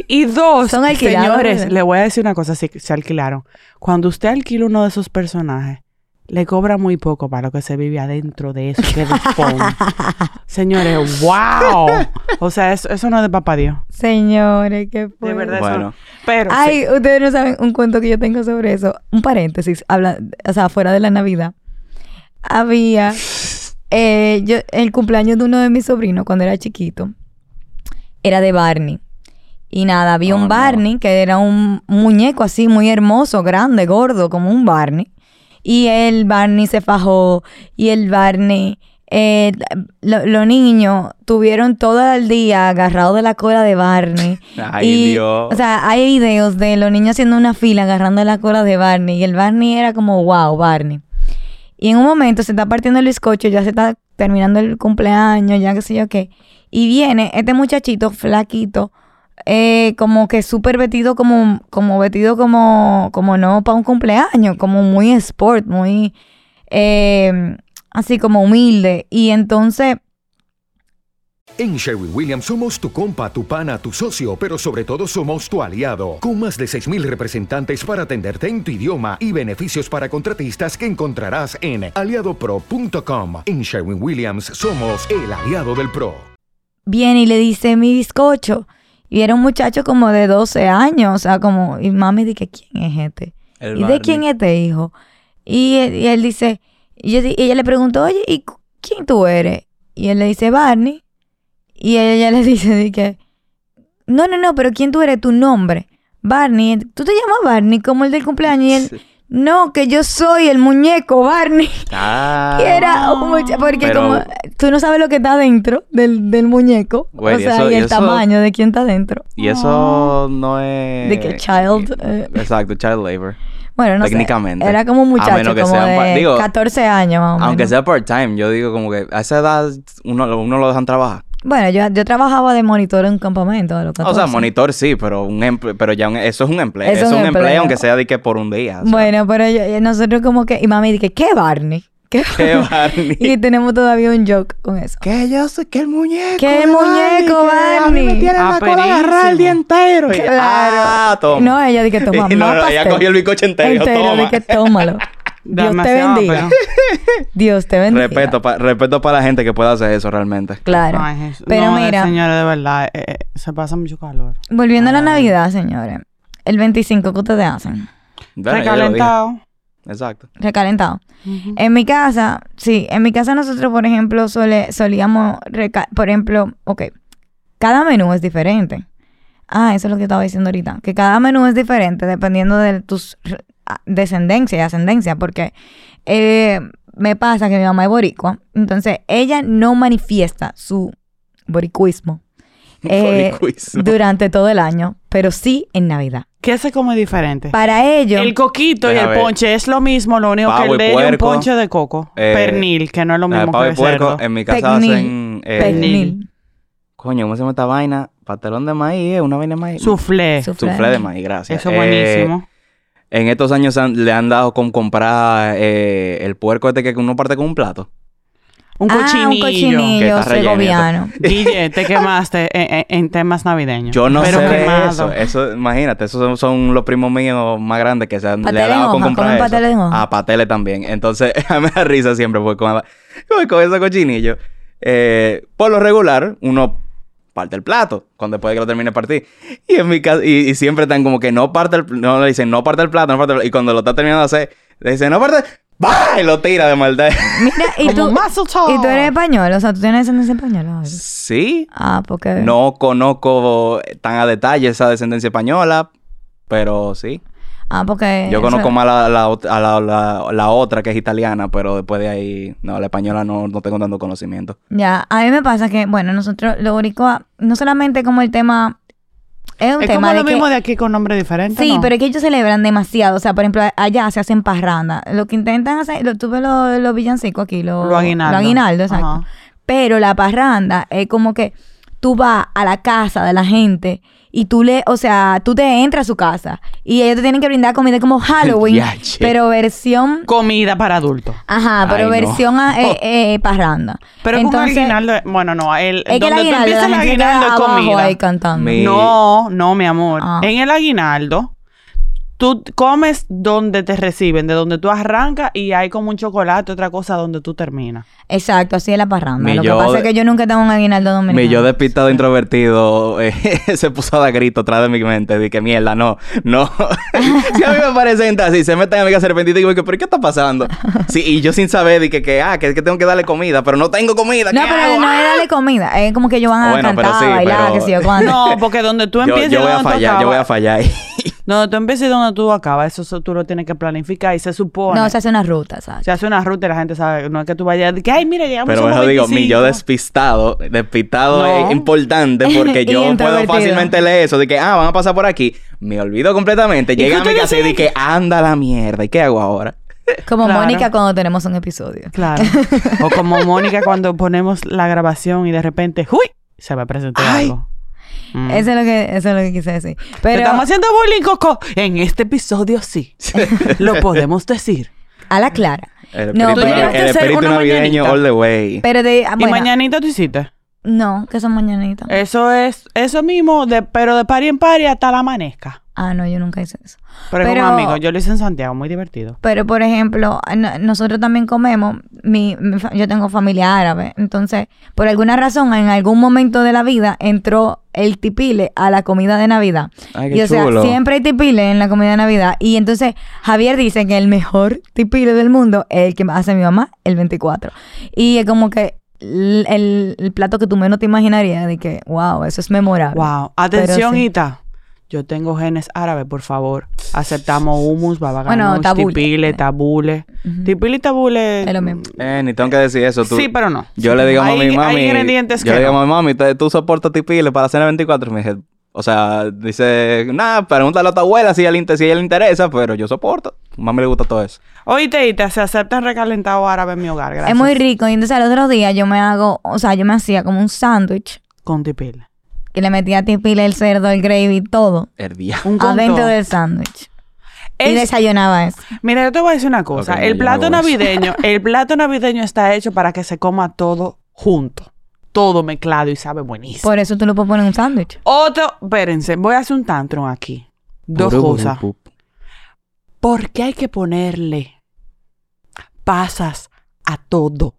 Speaker 2: Y dos,
Speaker 1: Son alquilados,
Speaker 2: señores,
Speaker 1: ¿verdad?
Speaker 2: le voy a decir una cosa, si se alquilaron. Cuando usted alquila uno de esos personajes, le cobra muy poco para lo que se vive adentro de eso, que es de fondo. Señores, wow. O sea, eso, eso no es de papá Dios.
Speaker 1: Señores, qué
Speaker 2: De
Speaker 1: fuerte.
Speaker 2: verdad, eso
Speaker 3: Bueno.
Speaker 2: no. Pero sí.
Speaker 1: Ay, ustedes no saben un cuento que yo tengo sobre eso. Un paréntesis, habla, o sea, fuera de la Navidad. Había eh, yo- el cumpleaños de uno de mis sobrinos cuando era chiquito. Era de Barney. Y nada, había
Speaker 3: Oh,
Speaker 1: un
Speaker 3: no.
Speaker 1: Barney que era un muñeco así muy hermoso, grande, gordo, como un Barney. Y el Barney se fajó. Y el Barney. eh, lo- los niños tuvieron todo el día agarrados de la cola de Barney.
Speaker 3: Ay,
Speaker 1: Y,
Speaker 3: Dios.
Speaker 1: O sea, hay videos de los niños haciendo una fila agarrando la cola de Barney. Y el Barney era como, wow, Barney. Y en un momento se está partiendo el bizcocho, ya se está terminando el cumpleaños, ya qué sé yo qué. Y viene este muchachito flaquito, eh, como que súper vestido, como, como vestido como, como no para un cumpleaños, como muy sport, muy eh, así como humilde. Y entonces
Speaker 5: En Sherwin Williams somos tu compa, tu pana, tu socio, pero sobre todo somos tu aliado, con más de 6.000 representantes para atenderte en tu idioma y beneficios para contratistas que encontrarás en aliadopro.com. En Sherwin Williams somos el aliado del PRO.
Speaker 1: viene y le dice mi bizcocho. Y era un muchacho como de 12 años, o sea, como, y mami dije, ¿quién es este?
Speaker 3: El
Speaker 1: ¿Y de
Speaker 3: Barney.
Speaker 1: quién es este hijo? Y él, y él dice, y, yo di- y ella le preguntó, oye, ¿y cu- quién tú eres? Y él le dice, Barney. Y ella, le dice, di que, no, no, no, pero ¿quién tú eres? Tu nombre. Barney, tú te llamas Barney, como el del cumpleaños. Y él, no, que yo soy el muñeco Barney.
Speaker 3: Ah.
Speaker 1: Y era un mucha- porque
Speaker 3: Pero-
Speaker 1: como tú no sabes lo que está dentro del, del muñeco,
Speaker 3: Güey,
Speaker 1: o sea,
Speaker 3: eso-
Speaker 1: y el
Speaker 3: eso-
Speaker 1: tamaño de quién está dentro.
Speaker 3: Y eso no es.
Speaker 1: De que child, eh.
Speaker 3: Exacto, child labor.
Speaker 1: Bueno, no
Speaker 3: Técnicamente.
Speaker 1: sé. Era como un
Speaker 3: A
Speaker 1: muchacho
Speaker 3: menos que
Speaker 1: como
Speaker 3: sea un pa-
Speaker 1: de
Speaker 3: digo,
Speaker 1: 14 años más o menos.
Speaker 3: Aunque sea part-time, yo digo como que a esa edad uno, lo- uno lo dejan trabajar.
Speaker 1: Bueno, yo, yo trabajaba de monitor en un campamento a los 14.
Speaker 3: O sea, monitor sí, pero un emple- pero ya un- eso es un empleo.
Speaker 1: Eso
Speaker 3: Eso es un empleo,
Speaker 1: empleo.
Speaker 3: aunque sea de que por un día. o sea.
Speaker 1: eh, Bueno, pero yo- nosotros como que... Y mami dije, ¿qué Barney? ¿Qué,
Speaker 3: Qué Barney.
Speaker 1: y tenemos todavía un joke con eso.
Speaker 3: Que yo soy que el muñeco.
Speaker 1: Que el
Speaker 3: de Barney,
Speaker 1: muñeco,
Speaker 3: que a mí
Speaker 1: Barney.
Speaker 3: me tiene
Speaker 2: Ah,
Speaker 3: la cola agarrada
Speaker 2: buenísimo.
Speaker 3: el día entero. Y-
Speaker 1: Claro.
Speaker 3: Ah, toma.
Speaker 1: No, ella dice que toma
Speaker 3: Y no,
Speaker 1: más
Speaker 3: no, ella
Speaker 1: pastel.
Speaker 3: cogió el bizcocho entero, toma.
Speaker 1: dije, tómalo. Dios te
Speaker 2: Demasiado,
Speaker 1: bendiga.
Speaker 2: pero-
Speaker 1: Dios te bendiga.
Speaker 3: Respeto, pa- respeto para la gente que pueda hacer eso realmente.
Speaker 1: Claro.
Speaker 2: Ay, Jesús.
Speaker 1: Pero
Speaker 2: No,
Speaker 1: mira,
Speaker 2: Señora, de verdad, eh, eh, se pasa mucho calor.
Speaker 1: volviendo a la Navidad, señores. El 25, ¿qué ustedes hacen?
Speaker 3: Bueno, ya yo lo dije.
Speaker 2: Recalentado.
Speaker 3: Exacto.
Speaker 1: Recalentado. En mi casa, sí, en mi casa nosotros, por ejemplo, sole- solíamos, reca- por ejemplo, ok, cada menú es diferente. Ah, eso es lo que estaba diciendo ahorita, que cada menú es diferente dependiendo de tus r- a- descendencia y ascendencia, porque eh, me pasa que mi mamá es boricua, entonces ella no manifiesta su boricuismo eh,
Speaker 3: Boricuismo.
Speaker 1: durante todo el año, pero sí en Navidad.
Speaker 2: ¿Qué se come diferente?
Speaker 1: Para ello,
Speaker 2: El coquito y
Speaker 3: Deja
Speaker 2: el
Speaker 3: ver.
Speaker 2: ponche es lo mismo, lo único que
Speaker 3: Pavo
Speaker 2: el
Speaker 3: y
Speaker 2: de ella es un
Speaker 3: puerco.
Speaker 2: ponche de coco.
Speaker 3: Eh,
Speaker 2: pernil, que no es lo
Speaker 3: La de
Speaker 2: mismo
Speaker 3: pavo
Speaker 2: que
Speaker 3: y
Speaker 2: el
Speaker 3: puerco, em,
Speaker 2: cerdo.
Speaker 3: en mi casa
Speaker 1: Pernil.
Speaker 3: hacen. eh,
Speaker 1: pernil,
Speaker 3: Coño, ¿cómo se llama esta vaina? Patelón de maíz, eh, una vaina de maíz.
Speaker 2: Soufflé.
Speaker 1: Suf-
Speaker 3: Suflé de maíz, gracias.
Speaker 2: Eso es
Speaker 3: Eh,
Speaker 2: buenísimo.
Speaker 3: en estos años han- le han dado con comprar eh, el puerco este que uno parte con un plato.
Speaker 2: Un cochinillo.
Speaker 1: Ah, un
Speaker 3: Que
Speaker 1: cochinillo
Speaker 3: está relleno.
Speaker 1: segoviano.
Speaker 2: Guille, te quemaste en, en- en temas navideños.
Speaker 3: Yo no
Speaker 2: Pero
Speaker 3: sé de
Speaker 2: quemado.
Speaker 3: eso. Eso, imagínate, esos son, son los primos míos más grandes que se han, le
Speaker 1: Pateles
Speaker 3: han dado
Speaker 1: en
Speaker 3: con
Speaker 1: hoja,
Speaker 3: comprar
Speaker 1: comen
Speaker 3: eso.
Speaker 1: pateles en hoja.
Speaker 3: Ah, pateles también. Entonces, a mí me da risa siempre porque con, con, con esos cochinillos. eh, por lo regular, uno parte el plato cuando después de que lo termine de partir. Y en mi casa, y, y siempre están como que no parte el, no le dicen no parte el plato, no parte el plato. Y cuando lo está terminando de hacer, le dicen no parte, ¡bah! Y lo tira de maldad.
Speaker 1: Mira, y
Speaker 2: Como
Speaker 1: tú,
Speaker 2: Mazel
Speaker 1: y tú eres
Speaker 2: Tov.
Speaker 1: español, o sea, tú tienes descendencia española. o algo?
Speaker 3: sí,
Speaker 1: Ah, porque.
Speaker 3: no conozco tan a detalle esa descendencia española, pero sí.
Speaker 1: Ah, porque.
Speaker 3: Yo
Speaker 1: eso-
Speaker 3: conozco más la, la ot- a la, la- la otra que es italiana, pero después de ahí, no, la española no, no tengo tanto conocimiento.
Speaker 1: Ya, a mí me pasa que, bueno, nosotros, lo boricua, no solamente como el tema. Es un
Speaker 2: Es
Speaker 1: tema
Speaker 2: como lo
Speaker 1: de que.
Speaker 2: mismo de aquí con nombre diferente.
Speaker 1: Sí,
Speaker 2: ¿no?
Speaker 1: pero es que ellos celebran demasiado. O sea, por ejemplo, allá se hacen parranda. Lo que intentan hacer, lo, tuve los villancicos aquí, los
Speaker 2: Lo aguinaldo.
Speaker 1: Lo aguinaldo, exacto.
Speaker 2: Ajá.
Speaker 1: Pero la parranda es como que tú vas a la casa de la gente y tú le, o sea, tú te entras a su casa y ellos te tienen que brindar comida como Halloween,
Speaker 3: Yache.
Speaker 1: pero versión,
Speaker 2: Comida para adultos.
Speaker 1: ajá, pero
Speaker 3: Ay, no.
Speaker 1: versión a- eh, eh, parranda.
Speaker 2: Pero
Speaker 1: Entonces,
Speaker 2: con aguinaldo, bueno, no, el,
Speaker 1: es que el
Speaker 2: donde tú
Speaker 1: aguinaldo,
Speaker 2: empiezas
Speaker 1: la
Speaker 2: el
Speaker 1: gente
Speaker 2: aguinaldo
Speaker 1: queda
Speaker 2: es
Speaker 1: abajo
Speaker 2: comida.
Speaker 1: ahí cantando.
Speaker 3: Mi-
Speaker 2: No, no, mi amor.
Speaker 1: Ah.
Speaker 2: En el aguinaldo, tú t- comes donde te reciben, de donde tú arrancas y hay como un chocolate, otra cosa donde tú terminas.
Speaker 1: Exacto, así es la parranda.
Speaker 3: Mi
Speaker 1: Lo que
Speaker 3: yo
Speaker 1: pasa
Speaker 3: de-
Speaker 1: es que yo nunca he estado en un aguinaldo dominicano.
Speaker 3: Mi yo despistado introvertido eh, se puso a dar grito atrás de mi mente. Dije, mierda, no, no. si a mí me parecen así, se meten a mi casa arrepentida y digo, ¿pero qué está pasando? Sí, y yo sin saber, dije que, ah, que, que tengo que darle comida, pero no tengo comida.
Speaker 1: No,
Speaker 3: ¿qué
Speaker 1: pero
Speaker 3: hago?
Speaker 1: no
Speaker 3: Ah.
Speaker 1: es darle comida, es como que ellos van a
Speaker 3: Bueno, pero
Speaker 1: cantar,
Speaker 3: sí,
Speaker 1: a bailar,
Speaker 3: pero-
Speaker 1: que sé yo cuándo.
Speaker 2: No, porque donde tú
Speaker 3: Ah, Yo,
Speaker 2: empiezas
Speaker 3: yo
Speaker 2: y
Speaker 3: voy a
Speaker 2: donde tú
Speaker 3: fallar, yo voy a
Speaker 2: acabas.
Speaker 3: fallar.
Speaker 2: Donde tú empiezas y donde tú acabas, eso, eso tú lo tienes que planificar y se supone.
Speaker 1: No, se hace una ruta, ¿sabes?
Speaker 2: se hace una ruta y la gente sabe, no es que tú vayas, de que, ay, mira, llegamos
Speaker 3: Pero
Speaker 2: somos
Speaker 3: mejor digo, mi
Speaker 2: 25".
Speaker 3: yo despistado, despistado
Speaker 2: No.
Speaker 3: es importante porque
Speaker 1: Y
Speaker 3: yo puedo
Speaker 1: introvertido.
Speaker 3: fácilmente leer eso de que, ah, van a pasar por aquí. Me olvido completamente. Llega a mi
Speaker 2: ustedes
Speaker 3: casa y de que, anda la mierda, ¿y qué hago ahora?
Speaker 1: Como
Speaker 2: Claro.
Speaker 1: Mónica cuando tenemos un episodio.
Speaker 2: Claro. o como Mónica cuando ponemos la grabación y de repente, ¡uy! Se va a presentar
Speaker 3: Ay.
Speaker 2: algo. Mm.
Speaker 1: Eso es lo que, eso es lo que quise decir.
Speaker 2: Te
Speaker 1: Pero
Speaker 2: estamos haciendo bullying, Coco. En este episodio sí. Lo podemos decir.
Speaker 1: a la clara.
Speaker 3: El
Speaker 1: No,
Speaker 3: espíritu,
Speaker 1: pero-
Speaker 3: nav-
Speaker 1: Tuvieras que
Speaker 3: el
Speaker 2: hacer
Speaker 3: espíritu
Speaker 2: una
Speaker 3: navideño
Speaker 2: mañanita.
Speaker 3: all the way.
Speaker 1: Pero de ah,
Speaker 2: ¿Y Eh.
Speaker 1: bueno,
Speaker 2: mañanita tú hiciste?
Speaker 1: No, que son mañanitas.
Speaker 2: Eso es, eso mismo, de, pero de pari en pari hasta la amanezca.
Speaker 1: Ah, no, yo nunca hice eso.
Speaker 2: Pero, es con
Speaker 1: Pero-
Speaker 2: un amigo, yo lo hice en Santiago, muy divertido.
Speaker 1: Pero por ejemplo, a no- nosotros también comemos, mi, mi fa- yo tengo familia árabe, entonces por alguna razón en algún momento de la vida entró el tipile a la comida de Navidad.
Speaker 3: Ay, qué
Speaker 1: y o
Speaker 3: chulo.
Speaker 1: sea, siempre hay tipile en la comida de Navidad y entonces Javier dice que el mejor tipile del mundo es el que hace mi mamá el 24. Y es como que el, el- el plato que tú menos te imaginarías de que, wow, eso es memorable.
Speaker 2: Wow. Atención,
Speaker 1: sí.
Speaker 2: Ita. Yo tengo genes árabes, por favor. Aceptamos humus, babaganos,
Speaker 1: Bueno, tabule.
Speaker 2: tipile, tabule. Tipile y tabule.
Speaker 1: Es lo mismo.
Speaker 3: Eh, ni tengo que decir eso. Tú,
Speaker 2: Sí, pero no.
Speaker 3: Yo le digo a mami,
Speaker 2: Hay- hay
Speaker 3: mami.
Speaker 2: ingredientes
Speaker 3: yo
Speaker 2: que
Speaker 3: le digo a
Speaker 2: no.
Speaker 3: mami, mami, ¿tú- tú soportas tipiles para cena 24. Y me dije, o sea, dice, nada, pregúntale a tu abuela si a ella le- si a ella le interesa, pero yo soporto. Mami le gusta todo eso.
Speaker 2: Oíste, Ita, se aceptan recalentados árabes en mi hogar, gracias.
Speaker 1: Es muy rico. Y entonces al otro día yo me hago, o sea, yo me hacía como un sándwich
Speaker 2: Con tipile.
Speaker 1: y le metía tipile, el cerdo, el gravy, todo
Speaker 3: El día.
Speaker 2: Un conto.
Speaker 1: adentro del sándwich. Y
Speaker 2: Es-
Speaker 1: desayunaba eso.
Speaker 2: Mira, yo te voy a decir una cosa.
Speaker 3: Ok,
Speaker 2: el
Speaker 3: yo
Speaker 2: plato
Speaker 3: no hago eso.
Speaker 2: navideño, el plato navideño está hecho para que se coma todo junto. Todo mezclado y sabe buenísimo.
Speaker 1: Por eso tú lo puedes poner en un sándwich.
Speaker 2: Otro, espérense, voy a hacer un tantrum aquí. Dos cosas. ¿Por qué hay que ponerle pasas a todo?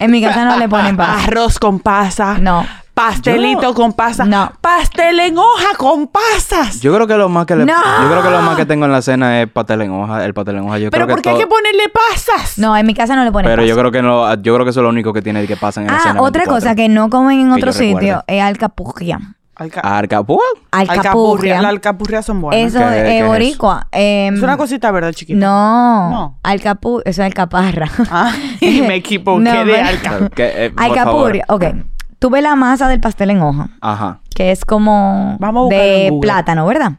Speaker 1: En mi casa no le ponen pasa.
Speaker 2: Arroz con pasas.
Speaker 1: No.
Speaker 2: Pastelito
Speaker 3: Yo-
Speaker 2: con pasas.
Speaker 1: No.
Speaker 2: Pastel en hoja con pasas.
Speaker 3: Yo creo que lo más que le-
Speaker 1: ¡No!
Speaker 3: yo creo que lo más que tengo en la cena es pastel en hoja, el pastel en hoja. Yo
Speaker 2: Pero
Speaker 3: creo
Speaker 2: ¿por
Speaker 3: que
Speaker 2: qué hay
Speaker 3: todo-
Speaker 2: que ponerle pasas?
Speaker 1: No, en mi casa no le ponen
Speaker 3: Pero
Speaker 1: pasa.
Speaker 3: yo creo que no, yo creo que eso es lo único que tiene que pasa en la
Speaker 1: Ah,
Speaker 3: cena.
Speaker 1: otra
Speaker 3: 24.
Speaker 1: cosa que no comen en
Speaker 3: Que
Speaker 1: otro
Speaker 3: yo recuerde.
Speaker 1: sitio es alcapurria.
Speaker 2: Alca-
Speaker 3: Arca, ¡pua!
Speaker 1: Alcapurria.
Speaker 2: Las alcapurrias son buenas.
Speaker 1: Eso
Speaker 3: ¿qué- qué
Speaker 1: es
Speaker 3: es?
Speaker 1: boricua. Em,
Speaker 2: Es una cosita, ¿verdad, chiquita?
Speaker 1: No.
Speaker 2: No.
Speaker 1: Alcapu, eso es alcaparra.
Speaker 2: Ah, y me equivoqué
Speaker 1: No,
Speaker 2: de
Speaker 1: pero-
Speaker 2: alca-
Speaker 3: Pero que, eh, por
Speaker 1: Alcapurria. Ok. Tú ves la masa del pastel en hoja,
Speaker 3: favor. Ajá.
Speaker 1: que es como
Speaker 2: Vamos a buscarlo en
Speaker 1: de
Speaker 2: Google.
Speaker 1: plátano, ¿verdad?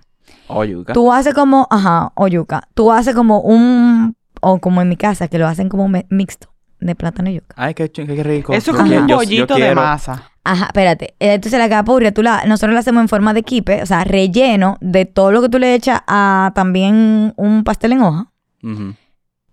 Speaker 3: O yuca.
Speaker 1: Tú haces como, ajá, o yuca. Tú haces como un, o como en mi casa, que lo hacen como me- mixto, de plátano y yuca.
Speaker 3: Ay, qué, ch- qué rico.
Speaker 2: Eso es
Speaker 3: Yo
Speaker 2: como
Speaker 3: qui-
Speaker 2: un
Speaker 3: yo- yo
Speaker 2: pollito de
Speaker 3: quiero-
Speaker 2: masa.
Speaker 1: Ajá, espérate. Eh, Entonces la capurria, tú la, nosotros la hacemos en forma de quipe, o sea, relleno de todo lo que tú le echas a también un pastel en hoja,
Speaker 3: Ujú.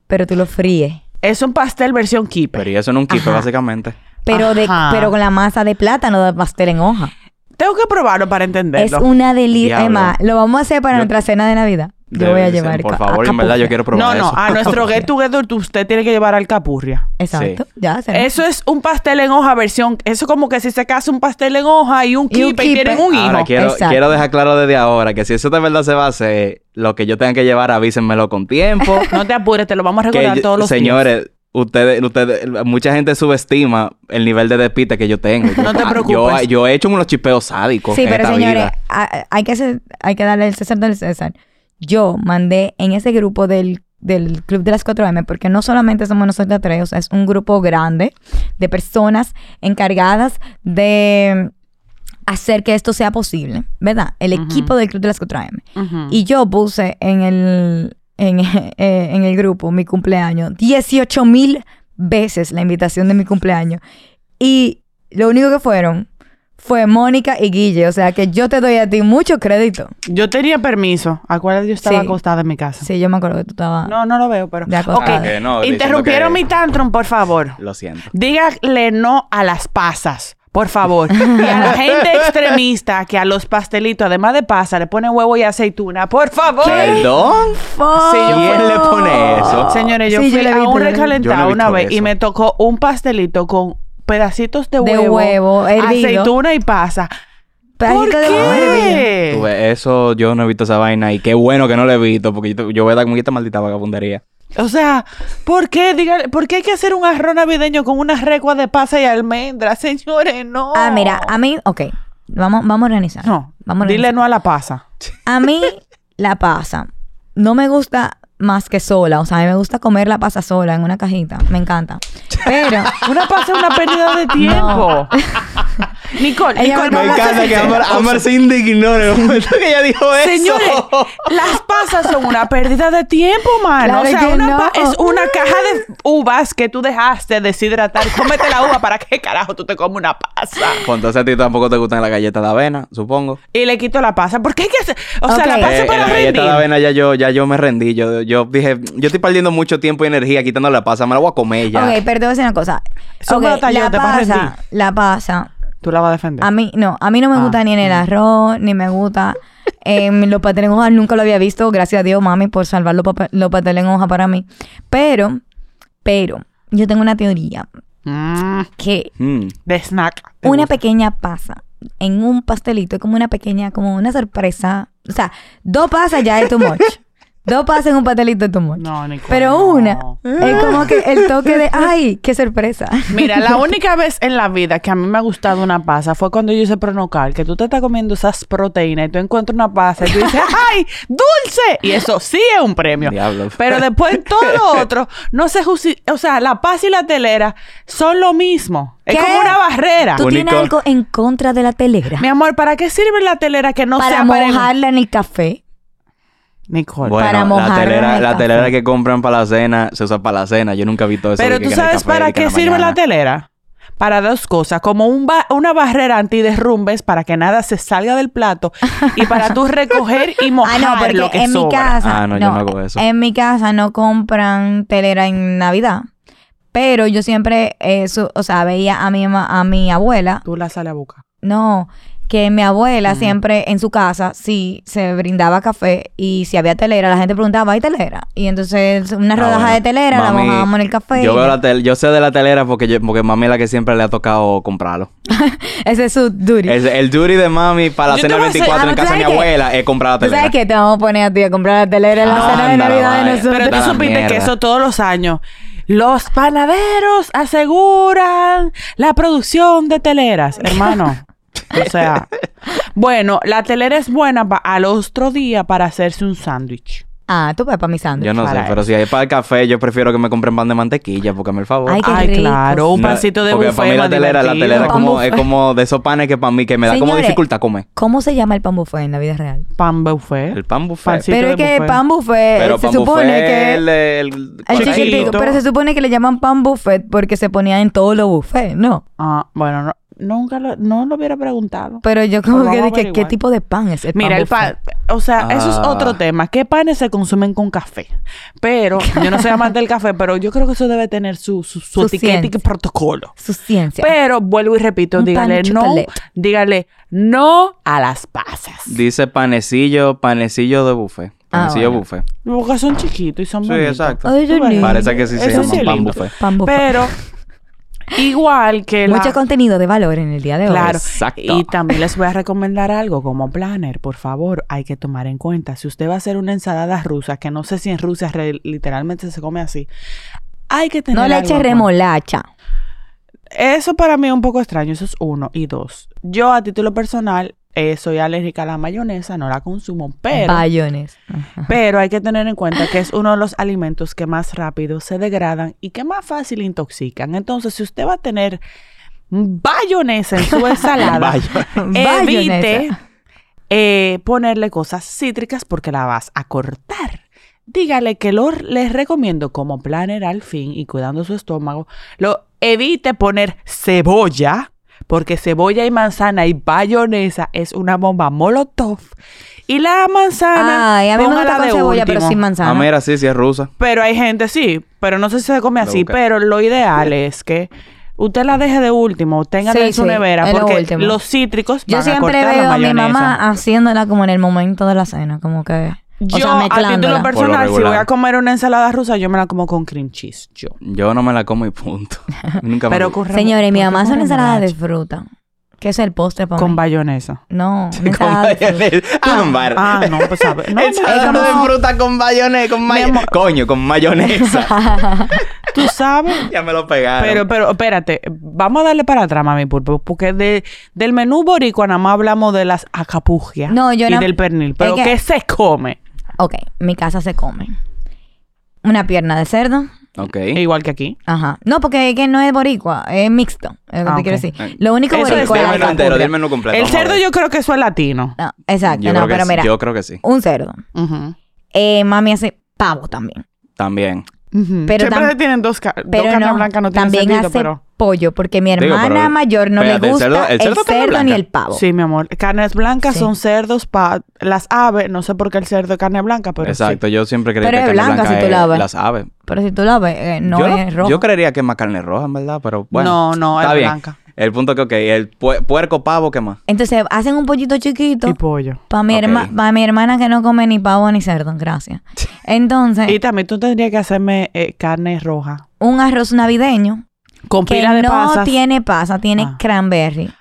Speaker 1: pero tú lo fríes.
Speaker 2: Es un pastel versión keeper.
Speaker 3: Pero y eso en un kipe,
Speaker 1: Ajá.
Speaker 3: básicamente.
Speaker 1: Pero, de,
Speaker 2: Ajá.
Speaker 1: pero con la masa de plátano del pastel en hoja.
Speaker 2: Tengo que probarlo para entenderlo.
Speaker 1: Es una delicia.
Speaker 3: Diablo.
Speaker 1: Emma, lo vamos a hacer para
Speaker 3: Yo-
Speaker 1: nuestra cena de Navidad. Yo voy a
Speaker 3: Debe ser.
Speaker 1: llevar.
Speaker 3: Por
Speaker 1: ca-
Speaker 3: favor, en verdad,
Speaker 1: alcapurria.
Speaker 3: yo quiero
Speaker 2: no,
Speaker 3: probar
Speaker 2: no,
Speaker 3: eso.
Speaker 2: a nuestro
Speaker 1: Alcapurria.
Speaker 2: get together tú- usted tiene que llevar alcapurria.
Speaker 1: Exacto. Ya, se
Speaker 2: Eso es un pastel en hoja versión. Eso es como que si se casa un pastel en hoja y un
Speaker 1: Y un
Speaker 2: keeper y
Speaker 1: keeper.
Speaker 2: tienen un hijo.
Speaker 3: Ahora quiero,
Speaker 1: Exacto.
Speaker 3: quiero dejar claro desde ahora que si eso de verdad se va a hacer, lo que yo tenga que llevar, avísenmelo con tiempo.
Speaker 2: No te apures, te lo vamos a
Speaker 3: que
Speaker 2: recordar
Speaker 3: yo-
Speaker 2: todos los días.
Speaker 3: señores, ustedes, ustedes, mucha gente subestima el nivel de despite que yo tengo. Yo-
Speaker 2: No te preocupes.
Speaker 3: Yo, yo he hecho unos chipeos sádicos.
Speaker 1: Sí,
Speaker 3: en
Speaker 1: pero
Speaker 3: esta
Speaker 1: señores,
Speaker 3: vida.
Speaker 1: a- hay que, hacer- hay que darle el César del César. Yo mandé en ese grupo del, del Club de las 4M, porque no solamente somos nosotros tres, o sea, es un grupo grande de personas encargadas de hacer que esto sea posible, ¿verdad? El equipo del Club de las 4M.
Speaker 2: Ujú.
Speaker 1: Y yo puse en el, en, eh, en el grupo mi cumpleaños 18 mil veces la invitación de mi cumpleaños. Y lo único que fueron fue Mónica y Guille. O sea que yo te doy a ti mucho crédito.
Speaker 2: Yo tenía permiso. Acuérdate, yo estaba
Speaker 1: Sí.
Speaker 2: acostada en mi casa.
Speaker 1: Sí, yo me acuerdo que tú estabas.
Speaker 2: No, no lo veo, pero.
Speaker 1: De
Speaker 2: Ok.
Speaker 1: acostada. Ah,
Speaker 3: que no, diciendo
Speaker 2: Interrumpieron
Speaker 3: que-
Speaker 2: mi tantrum, por favor.
Speaker 3: Lo siento.
Speaker 2: Dígale no a las pasas, por favor. Y a la gente extremista que a los pastelitos, además de pasa, le pone huevo y aceituna, por favor.
Speaker 3: ¿Perdón?
Speaker 2: Sí, yo
Speaker 3: ¿Quién
Speaker 2: fui-
Speaker 3: le pone eso?
Speaker 2: Señores, yo
Speaker 1: Sí, yo
Speaker 2: fui
Speaker 1: le vi
Speaker 2: a un
Speaker 1: todo.
Speaker 3: Yo no
Speaker 2: recalentado
Speaker 3: he
Speaker 2: una
Speaker 3: visto
Speaker 2: vez y
Speaker 3: eso.
Speaker 2: me tocó un pastelito con pedacitos de
Speaker 1: De
Speaker 2: huevo,
Speaker 1: huevo hervido.
Speaker 2: aceituna y pasa.
Speaker 1: Pedacito
Speaker 2: ¿Por
Speaker 1: de huevo hervido.
Speaker 2: qué?
Speaker 3: Tú ves, Eso yo no he visto esa vaina y qué bueno que no lo he visto porque yo, te- yo voy a dar con esta maldita vagabundería.
Speaker 2: O sea, ¿por qué? Diga, ¿por qué hay que hacer un arroz navideño con unas recuas de pasa y almendra? Señores, no.
Speaker 1: Ah, mira, a mí, ok. Vamos, vamos a organizar.
Speaker 2: No,
Speaker 1: vamos a
Speaker 2: dile
Speaker 1: organizar.
Speaker 2: no a la pasa.
Speaker 1: A mí la pasa no me gusta más que sola. O sea, a mí me gusta comer la pasa sola en una cajita. Me encanta. Pero.
Speaker 2: Una pasa es una pérdida de tiempo. Nicole,
Speaker 1: Ella
Speaker 2: Nicole,
Speaker 1: me
Speaker 3: Me
Speaker 2: vamos a
Speaker 3: encanta
Speaker 2: ser
Speaker 3: que Amar,
Speaker 2: sinceros.
Speaker 3: Amar se indignó en el momento que ella dijo eso. Pues
Speaker 2: Señores, las pasas son una pérdida de tiempo, man.
Speaker 1: Claro
Speaker 2: o sea,
Speaker 1: que
Speaker 2: una
Speaker 1: no.
Speaker 2: pa- es una caja de uvas que tú dejaste deshidratar. Cómete la uva, ¿para qué carajo tú te comes una pasa?
Speaker 3: Pues entonces a ti tampoco te gustan las galletas de avena, supongo.
Speaker 2: Y le quito la pasa. ¿Por qué hay que hacer? O sea,
Speaker 1: Ok.
Speaker 2: la pasa
Speaker 3: Eh,
Speaker 2: es para
Speaker 3: la galleta de
Speaker 2: rendir.
Speaker 3: avena ya yo, ya yo me rendí. Yo, yo dije, yo estoy perdiendo mucho tiempo y energía quitando la pasa, me la voy a comer ya.
Speaker 1: Ok, pero te voy a decir una cosa.
Speaker 2: Son
Speaker 1: Ok, la
Speaker 2: batallotas, vas a
Speaker 1: pasa,
Speaker 2: rendir.
Speaker 1: la pasa.
Speaker 2: Tú la vas a defender.
Speaker 1: A mí, no, a mí no
Speaker 2: Ah,
Speaker 1: me gusta ni en el arroz, ni me gusta en los pasteles en hoja. Nunca lo había visto. Gracias a Dios, mami, por salvar los, papa- los pasteles en hoja para mí. Pero, pero, yo tengo una teoría
Speaker 2: Mm,
Speaker 1: que
Speaker 3: Mm.
Speaker 2: de snack. ¿Te
Speaker 1: una
Speaker 2: gusta?
Speaker 1: pequeña pasa en un pastelito es como una pequeña, como una sorpresa. O sea, dos pasas ya es too much. dos pasas en un pastelito es too much.
Speaker 2: No, Nicole.
Speaker 1: Pero una
Speaker 2: no.
Speaker 1: es como que el toque de, ay, qué sorpresa.
Speaker 2: Mira, la única vez en la vida que a mí me ha gustado una pasa fue cuando yo hice pronocal, que tú te estás comiendo esas proteínas y tú encuentras una pasa y tú dices, ¡ay, dulce! Y eso sí es un premio.
Speaker 3: Diablo.
Speaker 2: Pero después en todo lo otro, no se justi- O sea, la pasa y la telera son lo mismo.
Speaker 1: ¿Qué?
Speaker 2: Es como una barrera.
Speaker 1: Tú tienes
Speaker 3: Único.
Speaker 1: algo en contra de la telera.
Speaker 2: Mi amor, ¿para qué sirve la telera que no
Speaker 1: para
Speaker 2: sea para... el-
Speaker 1: mojarla en el café.
Speaker 2: Nicole.
Speaker 3: Bueno,
Speaker 1: Para
Speaker 3: la
Speaker 1: mojarla en
Speaker 3: telera,
Speaker 1: el
Speaker 3: la
Speaker 1: café.
Speaker 3: telera que compran para la cena se usa para la cena. Yo nunca he visto eso.
Speaker 2: Pero
Speaker 3: de Pues, que
Speaker 2: tú
Speaker 3: en el
Speaker 2: sabes
Speaker 3: café,
Speaker 2: para
Speaker 3: de que
Speaker 2: qué
Speaker 3: en
Speaker 2: sirve la
Speaker 3: mañana.
Speaker 2: telera. para dos cosas, como un ba- una barrera antiderrumbes para que nada se salga del plato y para tú recoger y
Speaker 1: Ah,
Speaker 2: mojar
Speaker 1: no,
Speaker 2: lo
Speaker 1: porque
Speaker 2: que
Speaker 1: en
Speaker 2: sobra.
Speaker 1: mi casa.
Speaker 3: Ah, no, yo no hago eso.
Speaker 1: En mi casa no compran telera en Navidad. Pero yo siempre, eh, su- o sea, veía a mi, ma- a mi abuela.
Speaker 2: Tú la sales a buscar.
Speaker 1: No, que mi abuela siempre en su casa, sí, se brindaba café y si había telera, la gente preguntaba, ¿hay telera? Y entonces una rodaja
Speaker 3: Ah, bueno.
Speaker 1: de telera la
Speaker 3: Mami,
Speaker 1: mojábamos en el café.
Speaker 3: Yo, veo la tel- yo sé de la telera porque, yo- porque mami es la que siempre le ha tocado comprarlo.
Speaker 1: Ese es su duty.
Speaker 3: Es- el duty de mami para la
Speaker 2: Yo te
Speaker 3: cena
Speaker 2: voy a hacer-
Speaker 3: 24
Speaker 1: Ah,
Speaker 3: en
Speaker 1: ¿tú
Speaker 3: casa de mi
Speaker 1: sabes qué?
Speaker 3: abuela es comprar la
Speaker 1: ¿Tú
Speaker 3: telera.
Speaker 1: sabes que te vamos a poner a ti a comprar la telera en la
Speaker 3: Ah,
Speaker 1: cena de
Speaker 3: anda,
Speaker 1: Navidad de
Speaker 3: vaya.
Speaker 1: nosotros?
Speaker 2: Pero tú
Speaker 3: Da la
Speaker 2: supiste que
Speaker 3: mierda.
Speaker 2: eso todos los años. Los panaderos aseguran la producción de teleras, hermano. O sea, bueno, la telera es buena pa- al otro día para hacerse un sándwich.
Speaker 1: Ah, tú vas para mi sándwich.
Speaker 3: Yo no sé,
Speaker 2: para
Speaker 3: pero
Speaker 2: eso.
Speaker 3: si es para el café, yo prefiero que me compren pan de mantequilla porque me el favor.
Speaker 1: Ay, qué
Speaker 2: Ay,
Speaker 1: rico.
Speaker 2: claro, un
Speaker 3: No,
Speaker 2: pancito de
Speaker 3: porque
Speaker 2: buffet.
Speaker 3: para mí la
Speaker 2: más
Speaker 3: telera, la
Speaker 2: divertido.
Speaker 3: telera es
Speaker 1: Pan
Speaker 3: como,
Speaker 1: buffet.
Speaker 3: es como de esos panes que para mí que me da como
Speaker 1: Señores.
Speaker 3: dificultad comer.
Speaker 1: ¿Cómo se llama el pan buffet en la vida real?
Speaker 2: Pan buffet.
Speaker 3: El pan buffet.
Speaker 2: Pancito
Speaker 1: pero
Speaker 2: de
Speaker 1: es que
Speaker 2: buffet.
Speaker 1: pan buffet
Speaker 3: pero
Speaker 1: Eh, se
Speaker 3: pan
Speaker 1: supone
Speaker 3: buffet,
Speaker 1: que...
Speaker 3: el, el
Speaker 1: El
Speaker 3: cuadradito.
Speaker 1: chiquitico, pero se supone que le llaman pan buffet porque se ponía en todos los buffets, ¿no?
Speaker 2: Ah, bueno, no- nunca lo, no lo hubiera preguntado.
Speaker 1: Pero yo como
Speaker 2: Pues
Speaker 1: que
Speaker 2: vamos a
Speaker 1: dije, ¿qué
Speaker 2: averiguar.
Speaker 1: tipo de pan es el
Speaker 2: Mira, el pan, o sea, eso es
Speaker 3: Ah.
Speaker 2: otro tema. ¿Qué panes se consumen con café? Pero, yo no soy amante del café, pero yo creo que eso debe tener su, su, su
Speaker 1: Su
Speaker 2: etiqueta y
Speaker 1: ciencia.
Speaker 2: protocolo.
Speaker 1: Su ciencia.
Speaker 2: Pero vuelvo y repito,
Speaker 1: Un
Speaker 2: dígale
Speaker 1: pan
Speaker 2: no,
Speaker 1: chocolate.
Speaker 2: dígale no a las pasas.
Speaker 3: Dice panecillo, panecillo de buffet. Panecillo
Speaker 1: Ah, bueno.
Speaker 3: buffet.
Speaker 2: Porque son chiquitos y son
Speaker 3: Sí,
Speaker 2: bonitos.
Speaker 3: exacto.
Speaker 1: Ay,
Speaker 2: Tú ves.
Speaker 1: lindo.
Speaker 3: Parece que sí se
Speaker 2: Eso
Speaker 3: llama
Speaker 2: es
Speaker 3: pan
Speaker 2: lindo.
Speaker 3: buffet.
Speaker 1: Pan buffet.
Speaker 2: Pero igual que la...
Speaker 1: Mucho contenido de valor en el día de hoy.
Speaker 2: Claro.
Speaker 3: Exacto.
Speaker 2: Y también les voy a recomendar algo como planner, por favor, hay que tomar en cuenta. Si usted va a hacer una ensalada rusa, que no sé si en Rusia re- literalmente se come así, hay que tener.
Speaker 1: No le
Speaker 2: algo
Speaker 1: eches
Speaker 2: a mano.
Speaker 1: remolacha.
Speaker 2: Eso para mí es un poco extraño, eso es uno. Y dos, yo a título personal eh, soy alérgica a la mayonesa, no la consumo, pero.
Speaker 1: Bayones.
Speaker 2: Pero hay que tener en cuenta que es uno de los alimentos que más rápido se degradan y que más fácil intoxican. Entonces, si usted va a tener bayonesa en su ensalada,
Speaker 1: Bayonesa.
Speaker 2: evite eh, ponerle cosas cítricas porque la vas a cortar. Dígale que lo les recomiendo como planner al fin y cuidando su estómago, lo evite poner cebolla. Porque cebolla y manzana y bayonesa es una bomba molotov. Y la manzana.
Speaker 1: Ay, a mí me
Speaker 2: Ah, póngala
Speaker 1: gusta con
Speaker 2: de
Speaker 1: cebolla, pero
Speaker 2: último.
Speaker 1: sin manzana.
Speaker 3: Ah, mira, sí, sí es rusa.
Speaker 2: Pero hay gente, sí, pero no sé si se come
Speaker 3: Lo
Speaker 2: así,
Speaker 3: busca.
Speaker 2: pero lo ideal es que usted la deje de último, tenga
Speaker 1: Sí,
Speaker 2: en su
Speaker 1: sí,
Speaker 2: nevera,
Speaker 1: es lo
Speaker 2: porque
Speaker 1: último.
Speaker 2: los cítricos
Speaker 1: Yo
Speaker 2: van
Speaker 1: siempre
Speaker 2: a cortar
Speaker 1: veo
Speaker 2: la
Speaker 1: a mi
Speaker 2: mayonesa.
Speaker 1: mamá haciéndola como en el momento de la cena, como que...
Speaker 2: Yo,
Speaker 1: o sea,
Speaker 2: a título
Speaker 1: mezclándola.
Speaker 3: Por lo
Speaker 2: personal, si voy
Speaker 3: regular.
Speaker 2: a comer una ensalada rusa, yo me la como con cream cheese, yo.
Speaker 3: Yo no me la como y punto. Nunca me
Speaker 2: Pero
Speaker 3: gusta.
Speaker 2: con remo-
Speaker 1: Señores, mi
Speaker 2: ¿por qué
Speaker 1: mamá
Speaker 2: con
Speaker 1: hace una ensalada de
Speaker 2: remolacha?
Speaker 1: fruta. Que es el postre para
Speaker 2: Con
Speaker 1: mí.
Speaker 2: bayonesa.
Speaker 1: No, una
Speaker 3: Con
Speaker 1: ensalada de fruta.
Speaker 3: mayonesa. Ámbar.
Speaker 2: Ah, no, pues a ver. No, no,
Speaker 3: Ensalada
Speaker 1: es como-
Speaker 3: de fruta con mayonesa, con
Speaker 2: Mi
Speaker 3: mayonesa.
Speaker 2: amor.
Speaker 3: Coño, con mayonesa.
Speaker 2: tú sabes.
Speaker 3: ya me lo pegaron.
Speaker 2: Pero, pero, espérate, vamos a darle para atrás, mami, pulpo, porque de, del menú boricua nada más hablamos de las acapugias
Speaker 1: No, yo
Speaker 2: y
Speaker 1: no-
Speaker 2: del pernil.
Speaker 1: es
Speaker 2: Pero,
Speaker 1: que-
Speaker 2: ¿qué se come?
Speaker 1: Ok, en mi casa se come. Una pierna de cerdo.
Speaker 3: ok.
Speaker 2: Igual que aquí.
Speaker 1: Ajá. No, porque es que no es boricua, es mixto. Es lo
Speaker 2: Ah,
Speaker 1: que te quiero
Speaker 2: ok.
Speaker 1: decir. Lo único
Speaker 2: Eso es
Speaker 1: boricua
Speaker 3: Dime
Speaker 1: es
Speaker 3: el
Speaker 1: la
Speaker 3: menú entero,
Speaker 1: alcapurria.
Speaker 3: dime el menú completo.
Speaker 2: El
Speaker 3: vamos a
Speaker 2: cerdo
Speaker 3: ver.
Speaker 2: yo creo que eso es latino.
Speaker 1: No, exacto,
Speaker 3: Yo
Speaker 1: no,
Speaker 3: creo que
Speaker 1: pero
Speaker 3: sí,
Speaker 1: mira,
Speaker 3: Yo creo que sí.
Speaker 1: un cerdo.
Speaker 2: Ujú.
Speaker 1: Eh, mami hace pavo también.
Speaker 3: También.
Speaker 2: Ujú.
Speaker 1: Pero
Speaker 2: Siempre
Speaker 1: tam-
Speaker 2: le tienen dos, ca- dos
Speaker 1: Pero
Speaker 2: carnes
Speaker 1: no,
Speaker 2: blancas, no tiene
Speaker 1: también
Speaker 2: sentido,
Speaker 1: hace
Speaker 2: pero...
Speaker 1: pollo, porque mi
Speaker 3: Digo,
Speaker 1: hermana
Speaker 3: pero-
Speaker 1: mayor no
Speaker 3: espérate,
Speaker 1: le
Speaker 3: el
Speaker 1: gusta el
Speaker 3: cerdo-
Speaker 1: cerdo,
Speaker 3: el cerdo carne
Speaker 1: ni
Speaker 3: blanca.
Speaker 1: el pavo.
Speaker 2: Sí, mi amor. Carnes blancas
Speaker 1: Sí.
Speaker 2: son cerdos para las aves. No sé por qué el cerdo es carne blanca, pero
Speaker 3: Exacto. Yo siempre creí
Speaker 1: Pero
Speaker 3: que
Speaker 1: es
Speaker 3: carne
Speaker 1: blanca si tú
Speaker 3: es
Speaker 1: la ves.
Speaker 3: las aves.
Speaker 1: Pero si tú lo ves, eh, no
Speaker 3: yo, lo-
Speaker 1: es rojo.
Speaker 3: yo creería que es más carne roja, en verdad, pero bueno.
Speaker 2: No, no,
Speaker 3: está
Speaker 2: es
Speaker 3: bien.
Speaker 2: blanca.
Speaker 3: El punto que, ok, el pue- puerco, pavo, ¿qué más?
Speaker 1: Entonces hacen un pollito
Speaker 2: sí.
Speaker 1: chiquito
Speaker 2: Y pollo.
Speaker 1: para mi,
Speaker 3: Ok.
Speaker 1: herma- pa' mi hermana que no come ni pavo ni cerdo, gracias. Entonces,
Speaker 2: Y también tú tendrías que hacerme eh, carne roja.
Speaker 1: un arroz navideño
Speaker 2: Con
Speaker 1: que
Speaker 2: pila de
Speaker 1: no
Speaker 2: pasas.
Speaker 1: tiene pasa, tiene
Speaker 2: Ah.
Speaker 1: cranberry.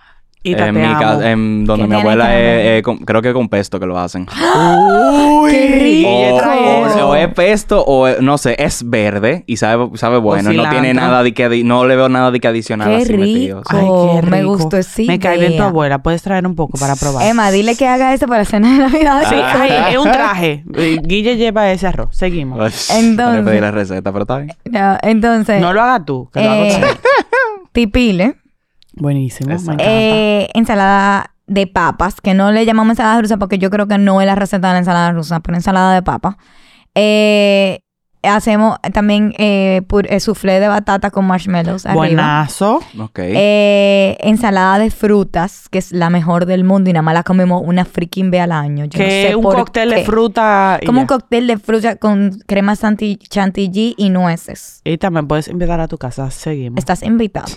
Speaker 2: Y
Speaker 3: en mi casa, en donde
Speaker 1: Que
Speaker 3: mi
Speaker 1: tiene
Speaker 3: abuela es,
Speaker 1: carne.
Speaker 3: eh, con- creo que con pesto que lo hacen.
Speaker 2: ¡Uy!
Speaker 1: ¡Qué rico!
Speaker 3: O,
Speaker 1: trae
Speaker 3: o-
Speaker 1: eso.
Speaker 3: o es pesto o es- no sé, es verde y sabe, sabe bueno. No tiene
Speaker 2: cilantro.
Speaker 3: nada de que adi- no le veo nada de que adicional
Speaker 1: Qué
Speaker 3: así metido.
Speaker 1: rico.
Speaker 3: sí.
Speaker 2: Ay, qué
Speaker 1: Oh, Me
Speaker 2: rico.
Speaker 1: gustó esa
Speaker 2: Me cae bien tu
Speaker 1: idea.
Speaker 2: abuela. Puedes traer un poco para probar.
Speaker 1: Emma, dile que haga eso para la cena de Navidad.
Speaker 2: Ah. Sí,
Speaker 3: Ah.
Speaker 2: ay, es un traje. Eh, Guille lleva ese arroz. Seguimos.
Speaker 3: Ay, no le pedí
Speaker 1: Entonces-
Speaker 3: la receta, pero está bien.
Speaker 1: No, entonces,
Speaker 2: No lo hagas tú, que lo hago
Speaker 1: eh,
Speaker 2: yo.
Speaker 1: tipile,
Speaker 2: Buenísimo. me
Speaker 3: Exacto.
Speaker 2: encanta.
Speaker 1: eh, ensalada de papas, que no le llamamos ensalada rusa porque yo creo que no es la receta de la ensalada rusa, pero ensalada de papas. Eh, hacemos también eh, pur- eh, soufflé de batata con marshmallows arriba.
Speaker 2: Buenazo.
Speaker 3: Ok.
Speaker 1: Eh, ensalada de frutas, que es la mejor del mundo y nada más la comemos una freaking vez al año. Yo no
Speaker 2: Que
Speaker 1: sé
Speaker 2: un
Speaker 1: por
Speaker 2: cóctel
Speaker 1: qué.
Speaker 2: de fruta. y
Speaker 1: Como
Speaker 2: ya.
Speaker 1: un cóctel de fruta con crema santi- chantilly y nueces.
Speaker 2: Y también puedes invitar a tu casa. Seguimos.
Speaker 1: Estás invitado.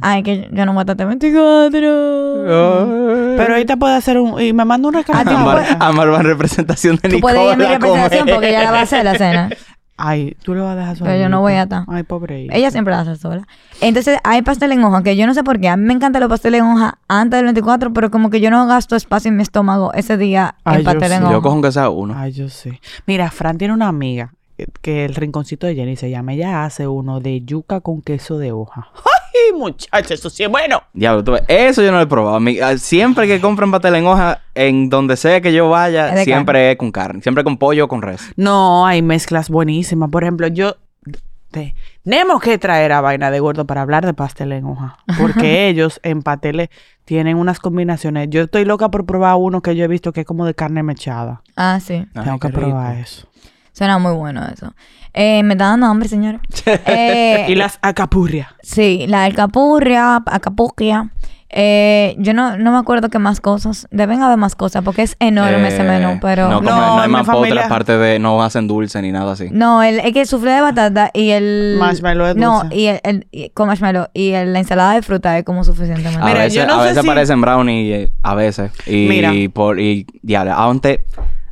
Speaker 1: Ay, que yo no voy a estar 24.
Speaker 2: Pero ahí te puede hacer un. Y me manda un recado.
Speaker 1: Ah, tú
Speaker 3: Amar,
Speaker 1: puedes-
Speaker 3: Amar va en representación de
Speaker 1: Tú puedes ir a mi
Speaker 3: Nicole a
Speaker 1: representación
Speaker 3: comer.
Speaker 1: porque ella la va a hacer la cena.
Speaker 2: Ay, tú lo vas a dejar sola.
Speaker 1: Pero yo no voy a estar.
Speaker 2: Ay, pobre. hija.
Speaker 1: Ella siempre la hace sola. Entonces, hay pastel en hoja, que yo no sé por qué. A mí me encantan los pasteles en hoja antes del 24, pero como que yo no gasto espacio en mi estómago ese día
Speaker 2: Ay,
Speaker 1: en
Speaker 2: yo
Speaker 1: pastel en
Speaker 2: sí.
Speaker 1: hoja.
Speaker 3: Yo cojo un sea uno.
Speaker 2: Ay, yo sé. Mira, Fran tiene una amiga que- que el rinconcito de Jenny se llama. Ella hace uno de yuca con queso de hoja. ¡Ay, muchacha! Eso sí es bueno.
Speaker 3: Diablo, tú ves, Eso yo no lo he probado. Mi- ah, siempre que compran pastel en hoja, en donde sea que yo vaya,
Speaker 1: Es de
Speaker 3: siempre es con carne. Siempre con pollo o con res.
Speaker 2: No, hay mezclas buenísimas. Por ejemplo, yo. te- tenemos que traer a Vaina de Gordo para hablar de pastel en hoja. Porque ellos en pasteles tienen unas combinaciones. Yo estoy loca por probar uno que yo he visto que es como de carne mechada.
Speaker 1: Ah, sí.
Speaker 3: Ay,
Speaker 2: Tengo que
Speaker 3: qué rico.
Speaker 2: probar eso.
Speaker 1: Suena muy bueno eso. Eh, me está dando hambre, señor. Eh,
Speaker 2: Y las acapurrias.
Speaker 1: Sí, la alcapurria, acapurria. Eh, yo no, no me acuerdo qué más cosas. Deben haber más cosas porque es enorme ese
Speaker 3: Eh,
Speaker 1: menú, pero...
Speaker 3: No, come-
Speaker 2: No,
Speaker 3: no hay
Speaker 2: en mi
Speaker 3: más
Speaker 2: familia-
Speaker 3: otra parte de. No hacen dulce ni nada así.
Speaker 1: No, el, es que el soufflé de batata y el...
Speaker 2: Marshmallow es
Speaker 1: No,
Speaker 2: dulce.
Speaker 1: y el, el- y- con marshmallow. Y el- la ensalada de fruta es como suficientemente.
Speaker 3: A
Speaker 2: Mira,
Speaker 3: veces,
Speaker 2: yo no
Speaker 3: a
Speaker 2: sé
Speaker 3: veces
Speaker 2: si-
Speaker 3: parecen brownie, eh, a veces. Y,
Speaker 2: Mira.
Speaker 3: por, y diablo, antes,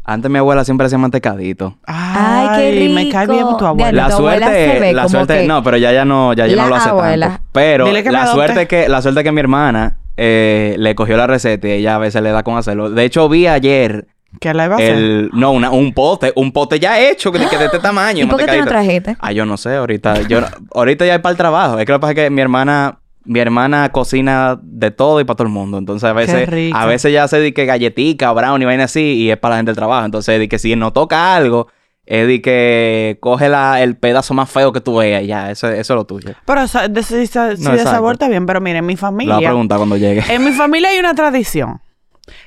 Speaker 3: antes mi abuela siempre hacía mantecadito.
Speaker 1: Ay, qué
Speaker 2: Me cae bien
Speaker 1: rico.
Speaker 2: tu abuela.
Speaker 1: Diablo,
Speaker 3: La
Speaker 1: tu abuela se ve
Speaker 3: suerte, la
Speaker 1: como
Speaker 3: suerte,
Speaker 1: que-
Speaker 3: no, pero ya ya no, ya, ya
Speaker 1: La
Speaker 3: no lo hace
Speaker 1: abuela.
Speaker 3: tanto. Pero
Speaker 2: Dile que me
Speaker 3: la
Speaker 2: adopte.
Speaker 3: suerte que, la suerte que mi hermana eh, le cogió la receta y ella a veces le da con hacerlo. De hecho, vi ayer
Speaker 2: ¿Qué la iba a hacer?
Speaker 3: el, no, una, un pote, un pote ya hecho que de, que de este tamaño.
Speaker 1: ¿Y por qué tú no
Speaker 3: mantecadito.
Speaker 1: trajiste?
Speaker 3: Ah, yo no sé, ahorita, yo no- ahorita ya es para el trabajo. Es que lo que pasa es que mi hermana, mi hermana cocina de todo y para todo el mundo. Entonces a veces,
Speaker 2: rico.
Speaker 3: a veces ya hace de que galletica, brownie, vaina así, y es para la gente del trabajo. Entonces, de que si no toca algo, es de que coge la, el pedazo más feo que tú veas, y ya, eso, eso es lo tuyo.
Speaker 2: Pero o sea, de, si, si
Speaker 3: No,
Speaker 2: de
Speaker 3: exacto.
Speaker 2: sabor está bien, pero mira, Eh, en mi
Speaker 3: La
Speaker 2: familia.
Speaker 3: voy a preguntar cuando llegue.
Speaker 2: En mi familia hay una tradición.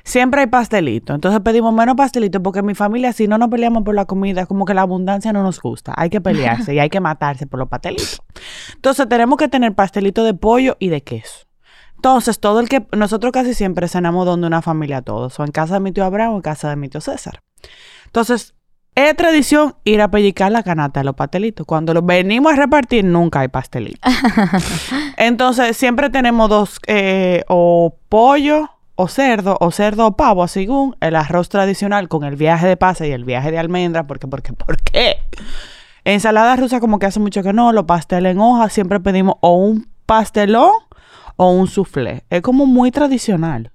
Speaker 2: Siempre hay pastelito. Entonces pedimos menos pastelito porque en mi familia, si no nos peleamos por la comida, como que la abundancia no nos gusta. Hay que pelearse y hay que matarse por los pastelitos. Entonces tenemos que tener pastelito de pollo y de queso. Entonces, todo el que. Nosotros casi siempre cenamos donde una familia todos, o en casa de mi tío Abraham o en casa de mi tío César. Entonces, es tradición ir a pellicar la canasta de los pastelitos. Cuando los venimos a repartir, nunca hay pastelito. Entonces, siempre tenemos dos, eh, o pollo o cerdo, o cerdo o pavo, según el arroz tradicional con el viaje de pasa y el viaje de almendra, porque, porque, ¿por qué? Ensalada rusa como que hace mucho que no, los pasteles en hoja, siempre pedimos o un pastelón o un soufflé. Es como muy tradicional.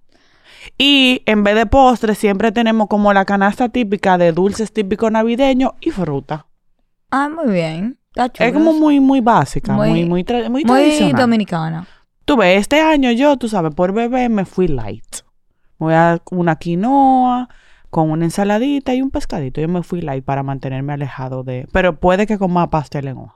Speaker 2: Y en vez de postre, siempre tenemos como la canasta típica de dulces típicos navideños y fruta.
Speaker 1: Ah, muy bien. Está chulo.
Speaker 2: Es como muy, muy básica,
Speaker 1: Muy-
Speaker 2: muy, muy, tra- muy
Speaker 1: Muy
Speaker 2: tradicional.
Speaker 1: dominicana.
Speaker 2: Tú ves, este año yo, tú sabes, por bebé me fui light. Voy a una quinoa con una ensaladita y un pescadito. Yo me fui light para mantenerme alejado de... Pero puede que coma pastel en hoja.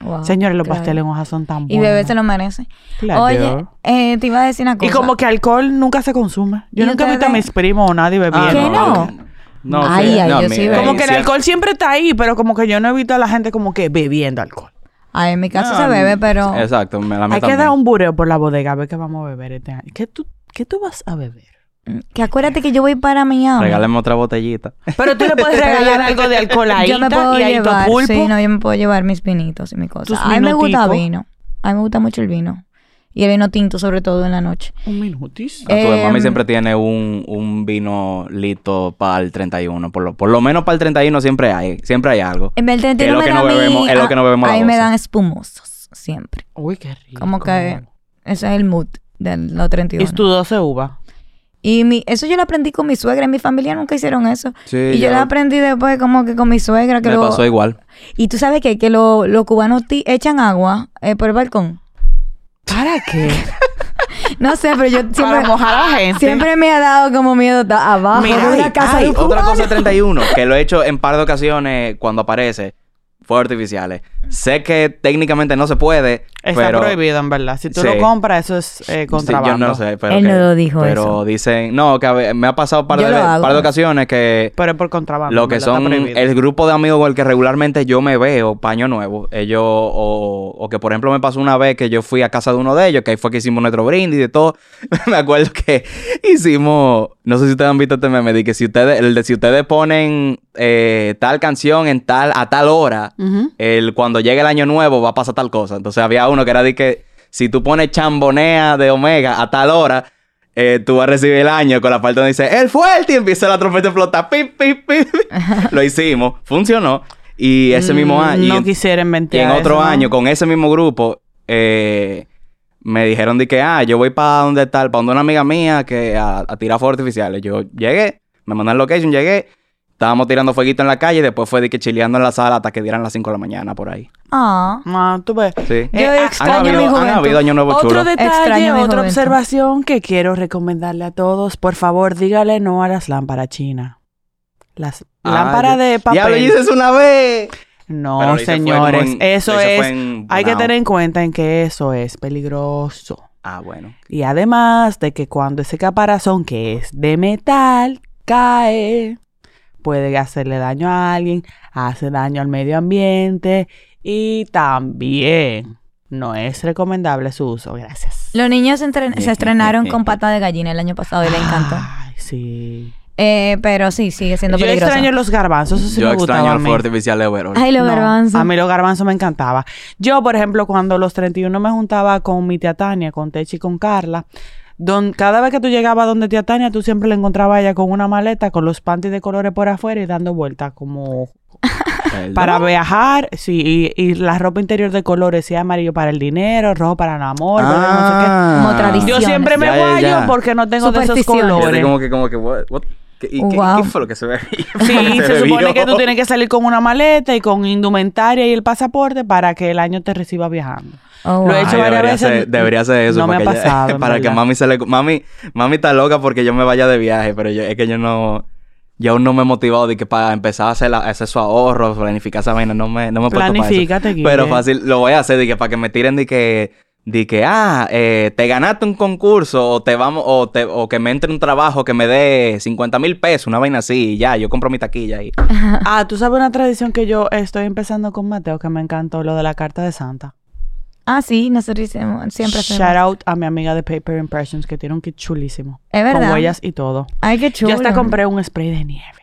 Speaker 1: Wow,
Speaker 2: Señores, los
Speaker 1: Ah, claro.
Speaker 2: pasteles en hoja son tan
Speaker 1: Y
Speaker 2: buenos.
Speaker 1: bebé se lo merece.
Speaker 2: Claro.
Speaker 1: Oye, eh, te iba a decir una cosa.
Speaker 2: Y como que alcohol nunca se consume. Yo
Speaker 1: ¿Y
Speaker 2: nunca he visto a
Speaker 1: ustedes?
Speaker 2: mis primos o nadie bebiendo.
Speaker 3: Ah,
Speaker 1: ¿Qué no?
Speaker 3: No, sí,
Speaker 1: Ay, ay,
Speaker 3: no,
Speaker 1: yo
Speaker 3: mi-
Speaker 1: sí veo.
Speaker 2: Como que el
Speaker 3: sí,
Speaker 2: alcohol siempre está ahí, pero como que yo no he visto a la gente como que bebiendo alcohol.
Speaker 1: Ay, en mi casa
Speaker 2: Ah,
Speaker 3: no,
Speaker 1: se
Speaker 2: mm.
Speaker 1: bebe, pero...
Speaker 3: Exacto, me la
Speaker 2: Hay
Speaker 3: meto
Speaker 2: que dar
Speaker 3: también.
Speaker 2: un bureo por la bodega a ver qué vamos a beber este año. ¿Qué tú, qué tú vas a beber?
Speaker 1: mm, Que acuérdate que yo voy para Miami.
Speaker 3: Regálame otra botellita.
Speaker 2: Pero tú le puedes regalar algo de alcohol ahí.
Speaker 1: yo me puedo
Speaker 2: y ahí tu
Speaker 1: llevar,
Speaker 2: pulpo.
Speaker 1: sí, no, yo me puedo llevar mis vinitos y mi
Speaker 2: Tus
Speaker 1: cosa. A mí me gusta
Speaker 2: minuticos.
Speaker 1: vino. A mí me gusta mucho el vino. Y el vino tinto, sobre todo en la noche.
Speaker 2: Un minutis.
Speaker 3: Ah, tú ves, mami
Speaker 1: Em,
Speaker 3: siempre tiene un, un vino listo para el 31. Por lo, por lo menos para el 31 siempre hay. Siempre hay algo.
Speaker 1: En el 31
Speaker 3: lo
Speaker 1: me
Speaker 3: que
Speaker 1: da
Speaker 3: no
Speaker 1: a mí-
Speaker 3: bebemos- es lo que no bebemos
Speaker 1: A,
Speaker 3: la
Speaker 1: a mí me
Speaker 3: doce.
Speaker 1: dan espumosos, siempre.
Speaker 2: Uy, qué rico.
Speaker 1: Como que ese es el mood de los
Speaker 2: Y
Speaker 1: 31.
Speaker 2: tu 12 uva.
Speaker 1: Y mi, eso yo lo aprendí con mi suegra. En mi familia nunca hicieron eso.
Speaker 3: Sí,
Speaker 1: y yo
Speaker 3: yo-
Speaker 1: lo aprendí después como que con mi suegra. Que
Speaker 3: Me
Speaker 1: lo-
Speaker 3: pasó igual.
Speaker 1: Y tú sabes qué? que lo- los cubanos ti- echan agua eh, por el balcón.
Speaker 2: ¿Para qué?
Speaker 1: No sé, pero yo siempre...
Speaker 2: Para mojar a la gente.
Speaker 1: Siempre me ha dado como miedo estar abajo
Speaker 2: Mira,
Speaker 1: de
Speaker 2: ay,
Speaker 1: una casa
Speaker 3: Ay,
Speaker 1: de un
Speaker 3: otra
Speaker 1: cubano.
Speaker 3: cosa de 31, que lo he hecho en par de ocasiones cuando aparece. fuegos artificiales. Sé que técnicamente no se puede,
Speaker 2: Está
Speaker 3: pero...
Speaker 2: prohibido, en verdad. Si tú
Speaker 3: Sí.
Speaker 2: lo compras, eso es eh,
Speaker 3: Sí,
Speaker 2: contrabando.
Speaker 3: yo no sé, pero
Speaker 1: Él
Speaker 3: que-
Speaker 1: no lo dijo
Speaker 3: Pero
Speaker 1: eso.
Speaker 3: dicen... No, que a ve- me ha pasado un par
Speaker 1: Yo
Speaker 3: de,
Speaker 1: lo
Speaker 3: ve-
Speaker 1: hago.
Speaker 3: par de ocasiones que...
Speaker 2: Pero es por contrabando.
Speaker 3: Lo
Speaker 2: en
Speaker 3: que
Speaker 2: verdad, está
Speaker 3: son
Speaker 2: prohibido.
Speaker 3: el grupo de amigos con el que regularmente yo me veo, paño nuevo. Ellos, o, o que por ejemplo me pasó una vez que yo fui a casa de uno de ellos, que ahí fue que hicimos nuestro brindis y de todo. me acuerdo que hicimos, no sé si ustedes han visto este meme, de que si ustedes, el de si ustedes ponen eh, tal canción en tal, a tal hora,
Speaker 2: Ujú.
Speaker 3: el cuando llegue el año nuevo va a pasar tal cosa. Entonces había uno que era de que si tú pones chambonea de Omega a tal hora, eh, tú vas a recibir el año con la parte donde dice el fuerte y empieza la trompeta a explotar. Pip, pip, pip. Lo hicimos, funcionó. Y ese mismo
Speaker 2: Mm,
Speaker 3: año. y
Speaker 2: No
Speaker 3: en-
Speaker 2: quisiera
Speaker 3: y
Speaker 2: inventar.
Speaker 3: en otro
Speaker 2: eso, ¿no?
Speaker 3: año, con ese mismo grupo, eh, me dijeron de que, ah, yo voy para donde tal, para donde una amiga mía que a, a tirar fuegos artificiales. Yo llegué, me mandaron location, llegué, estábamos tirando fueguito en la calle, y después fue de que chileando en la sala hasta que dieran las 5 de la mañana por ahí.
Speaker 1: Ah.
Speaker 2: Ah, tú ves.
Speaker 3: Sí.
Speaker 1: Yo
Speaker 2: han
Speaker 1: extraño
Speaker 3: habido-
Speaker 1: mi
Speaker 3: han
Speaker 1: juventud.
Speaker 3: habido año nuevo
Speaker 2: Otro
Speaker 3: chulo.
Speaker 2: detalle,
Speaker 1: Extraño mi
Speaker 2: otra
Speaker 1: juventud.
Speaker 2: observación que quiero recomendarle a todos. Por favor, dígale no a las lámparas chinas. Las
Speaker 3: Ah,
Speaker 2: lámparas
Speaker 3: yo-
Speaker 2: de
Speaker 3: Diablo,
Speaker 2: papel.
Speaker 3: yo hice eso una vez. Pero
Speaker 2: No,
Speaker 3: lo hice fue
Speaker 2: señores.
Speaker 3: en-
Speaker 2: eso
Speaker 3: lo hice fue
Speaker 2: es.
Speaker 3: en
Speaker 2: Hay que
Speaker 3: Bonao.
Speaker 2: tener en cuenta en que eso es peligroso.
Speaker 3: Ah, bueno.
Speaker 2: Y además de que cuando ese caparazón que es de metal cae, puede hacerle daño a alguien, hace daño al medio ambiente y también no es recomendable su uso. Gracias.
Speaker 1: Los niños se, entren- se estrenaron con pata de gallina el año pasado y le encantó.
Speaker 2: Ay, sí.
Speaker 1: Eh, pero sí, sigue siendo
Speaker 2: Yo
Speaker 1: peligroso.
Speaker 2: extraño los garbanzos, eso sí
Speaker 3: yo
Speaker 2: me gustaba
Speaker 3: extraño
Speaker 2: a
Speaker 3: el
Speaker 2: mí.
Speaker 3: fuego artificial de Overol.
Speaker 1: Ay, los
Speaker 2: No,
Speaker 1: garbanzos.
Speaker 2: A mí los garbanzos me encantaba. Yo, por ejemplo, cuando los 31 me juntaba con mi tía Tania, con Techi y con Carla, don, cada vez que tú llegabas donde tía Tania, tú siempre la encontrabas a ella con una maleta, con los panties de colores por afuera y dando vueltas como
Speaker 3: El-
Speaker 2: para viajar, sí, y, y la ropa interior de colores, sí, amarillo para el dinero, rojo para el amor, verde, no sé qué.
Speaker 3: Ah.
Speaker 1: Como tradición.
Speaker 2: Yo
Speaker 1: Visiones.
Speaker 2: siempre me
Speaker 3: Ya, ya,
Speaker 2: guayo
Speaker 3: ya.
Speaker 2: porque no tengo de esos
Speaker 1: Supersticiones.
Speaker 3: Yo
Speaker 2: colores.
Speaker 3: estoy como que, como que, what, what- ¿qué, y qué-
Speaker 1: Wow.
Speaker 3: qué fue lo que se ve ahí?
Speaker 2: Sí, se supone
Speaker 3: vio.
Speaker 2: que tú tienes que salir con una maleta y con indumentaria y el pasaporte para que el año te reciba viajando.
Speaker 1: Oh, wow.
Speaker 2: Lo he hecho
Speaker 3: Ay,
Speaker 2: varias
Speaker 3: debería
Speaker 2: veces.
Speaker 3: ser- debería ser eso.
Speaker 2: No me ha
Speaker 3: para que ella-
Speaker 2: pasado. en
Speaker 3: para que
Speaker 2: verdad.
Speaker 3: mami se le... Mami, mami está loca porque yo me vaya de viaje, pero yo- es que yo no... Yo aún no me he motivado de que para empezar a hacer, la- hacer su ahorro, planificar esa vaina, no me, no me he puesto para eso.
Speaker 2: Planifícate, Guille.
Speaker 3: Pero fácil, lo voy a hacer de que para que me tiren de que... De que, ah, eh, te ganaste un concurso o te vamos... O, te, o que me entre un trabajo que me dé 50 mil pesos, una vaina así, y ya, yo compro mi taquilla y...
Speaker 2: Ah, tú sabes una tradición que yo estoy empezando con Mateo que me encantó, lo de la carta de Santa.
Speaker 1: Ah, sí, nosotros hicimos- siempre hacemos.
Speaker 2: Shout out a mi amiga de Paper Impressions que tiene un kit chulísimo.
Speaker 1: Es
Speaker 2: Con
Speaker 1: verdad.
Speaker 2: huellas y todo.
Speaker 1: Ay, qué chulo.
Speaker 2: Ya hasta compré un spray de nieve.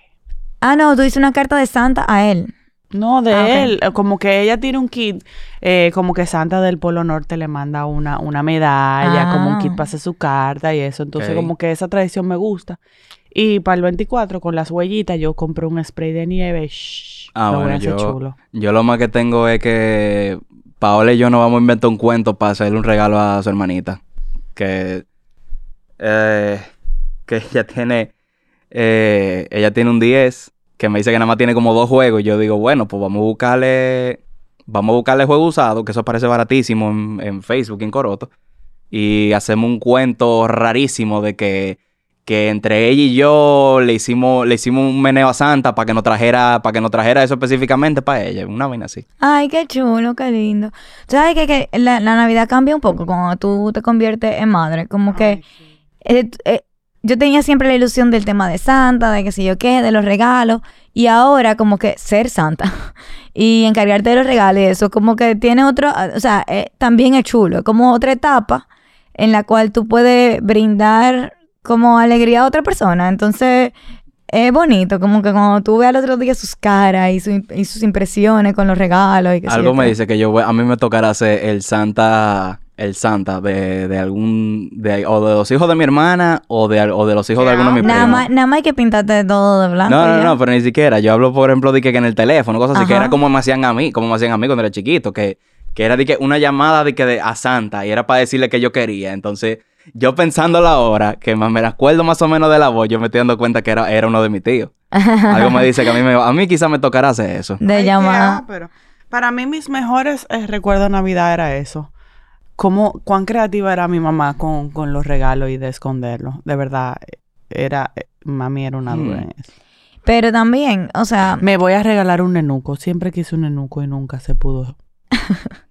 Speaker 1: Ah, no, tú hiciste una carta de Santa a él.
Speaker 2: No, de
Speaker 1: Ah, ok.
Speaker 2: él. eh, Como que ella tiene un kit, eh, como que Santa del Polo Norte le manda una, una medalla, como un
Speaker 1: Ah.
Speaker 2: kit para hacer su carta y eso. Entonces,
Speaker 3: Ok.
Speaker 2: como que esa tradición me gusta. Y para el 24, con las huellitas, yo compré un spray de nieve. Shh,
Speaker 3: Ah,
Speaker 2: lo voy a
Speaker 3: bueno,
Speaker 2: hacer
Speaker 3: yo,
Speaker 2: chulo.
Speaker 3: yo lo más que tengo es que Paola y yo nos vamos a inventar un cuento para hacerle un regalo a su hermanita. Que, eh, que ella tiene, eh, ella tiene un 10, que me dice que nada más tiene como dos juegos. Y yo digo, bueno, pues vamos a buscarle, vamos a buscarle juego usado, que eso parece baratísimo en, en Facebook, en Coroto. Y hacemos un cuento rarísimo de que que entre ella y yo le hicimos, le hicimos un meneo a Santa para que nos trajera, para que nos trajera eso específicamente para ella, una vaina así.
Speaker 1: Ay, qué chulo, qué lindo. Tú sabes que, que la, la Navidad cambia un poco cuando tú te conviertes en madre. Como que eh, t- eh, yo tenía siempre la ilusión del tema de Santa, de qué sé yo qué, de los regalos. Y ahora como que ser Santa y encargarte de los regalos y eso, como que tiene otro, ah, o sea, eh, también es chulo. Es como otra etapa en la cual tú puedes brindar como alegría a otra persona. Entonces... Es bonito, como que cuando tú ves al otro día sus caras y, su- y sus impresiones con los regalos y qué sé
Speaker 3: Algo
Speaker 1: yo
Speaker 3: me
Speaker 1: qué.
Speaker 3: dice que yo voy- a mí me tocará hacer el Santa, el Santa de, de algún, de, o de los hijos de mi hermana o de, al- o de los hijos de alguno de mis
Speaker 1: Nada
Speaker 3: primos.
Speaker 1: más, nada más hay que pintarte todo de blanco.
Speaker 3: No,
Speaker 1: y
Speaker 3: no,
Speaker 1: ya.
Speaker 3: no, pero ni siquiera. Yo hablo, por ejemplo, de que, que en el teléfono, cosas así, que
Speaker 1: Ajá.
Speaker 3: era como me hacían a mí, como me hacían a mí cuando era chiquito, que, que era de que una llamada de que de, a Santa y era para decirle que yo quería. Entonces, yo pensando la hora, que más me acuerdo más o menos de la voz, yo me estoy dando cuenta que era, era uno de mis tíos. Algo me dice que a mí, me, a mí quizá me tocará hacer eso.
Speaker 1: De
Speaker 2: Ay, qué
Speaker 1: llamada.
Speaker 2: ah, pero para mí mis mejores eh, recuerdos de Navidad era eso. Cómo, cuán creativa era mi mamá con, con los regalos y de esconderlos. De verdad, era eh, mami era una dura
Speaker 3: Mm.
Speaker 2: en eso.
Speaker 1: Pero también, o sea,
Speaker 2: Me voy a regalar un nenuco. Siempre quise un nenuco y nunca se pudo.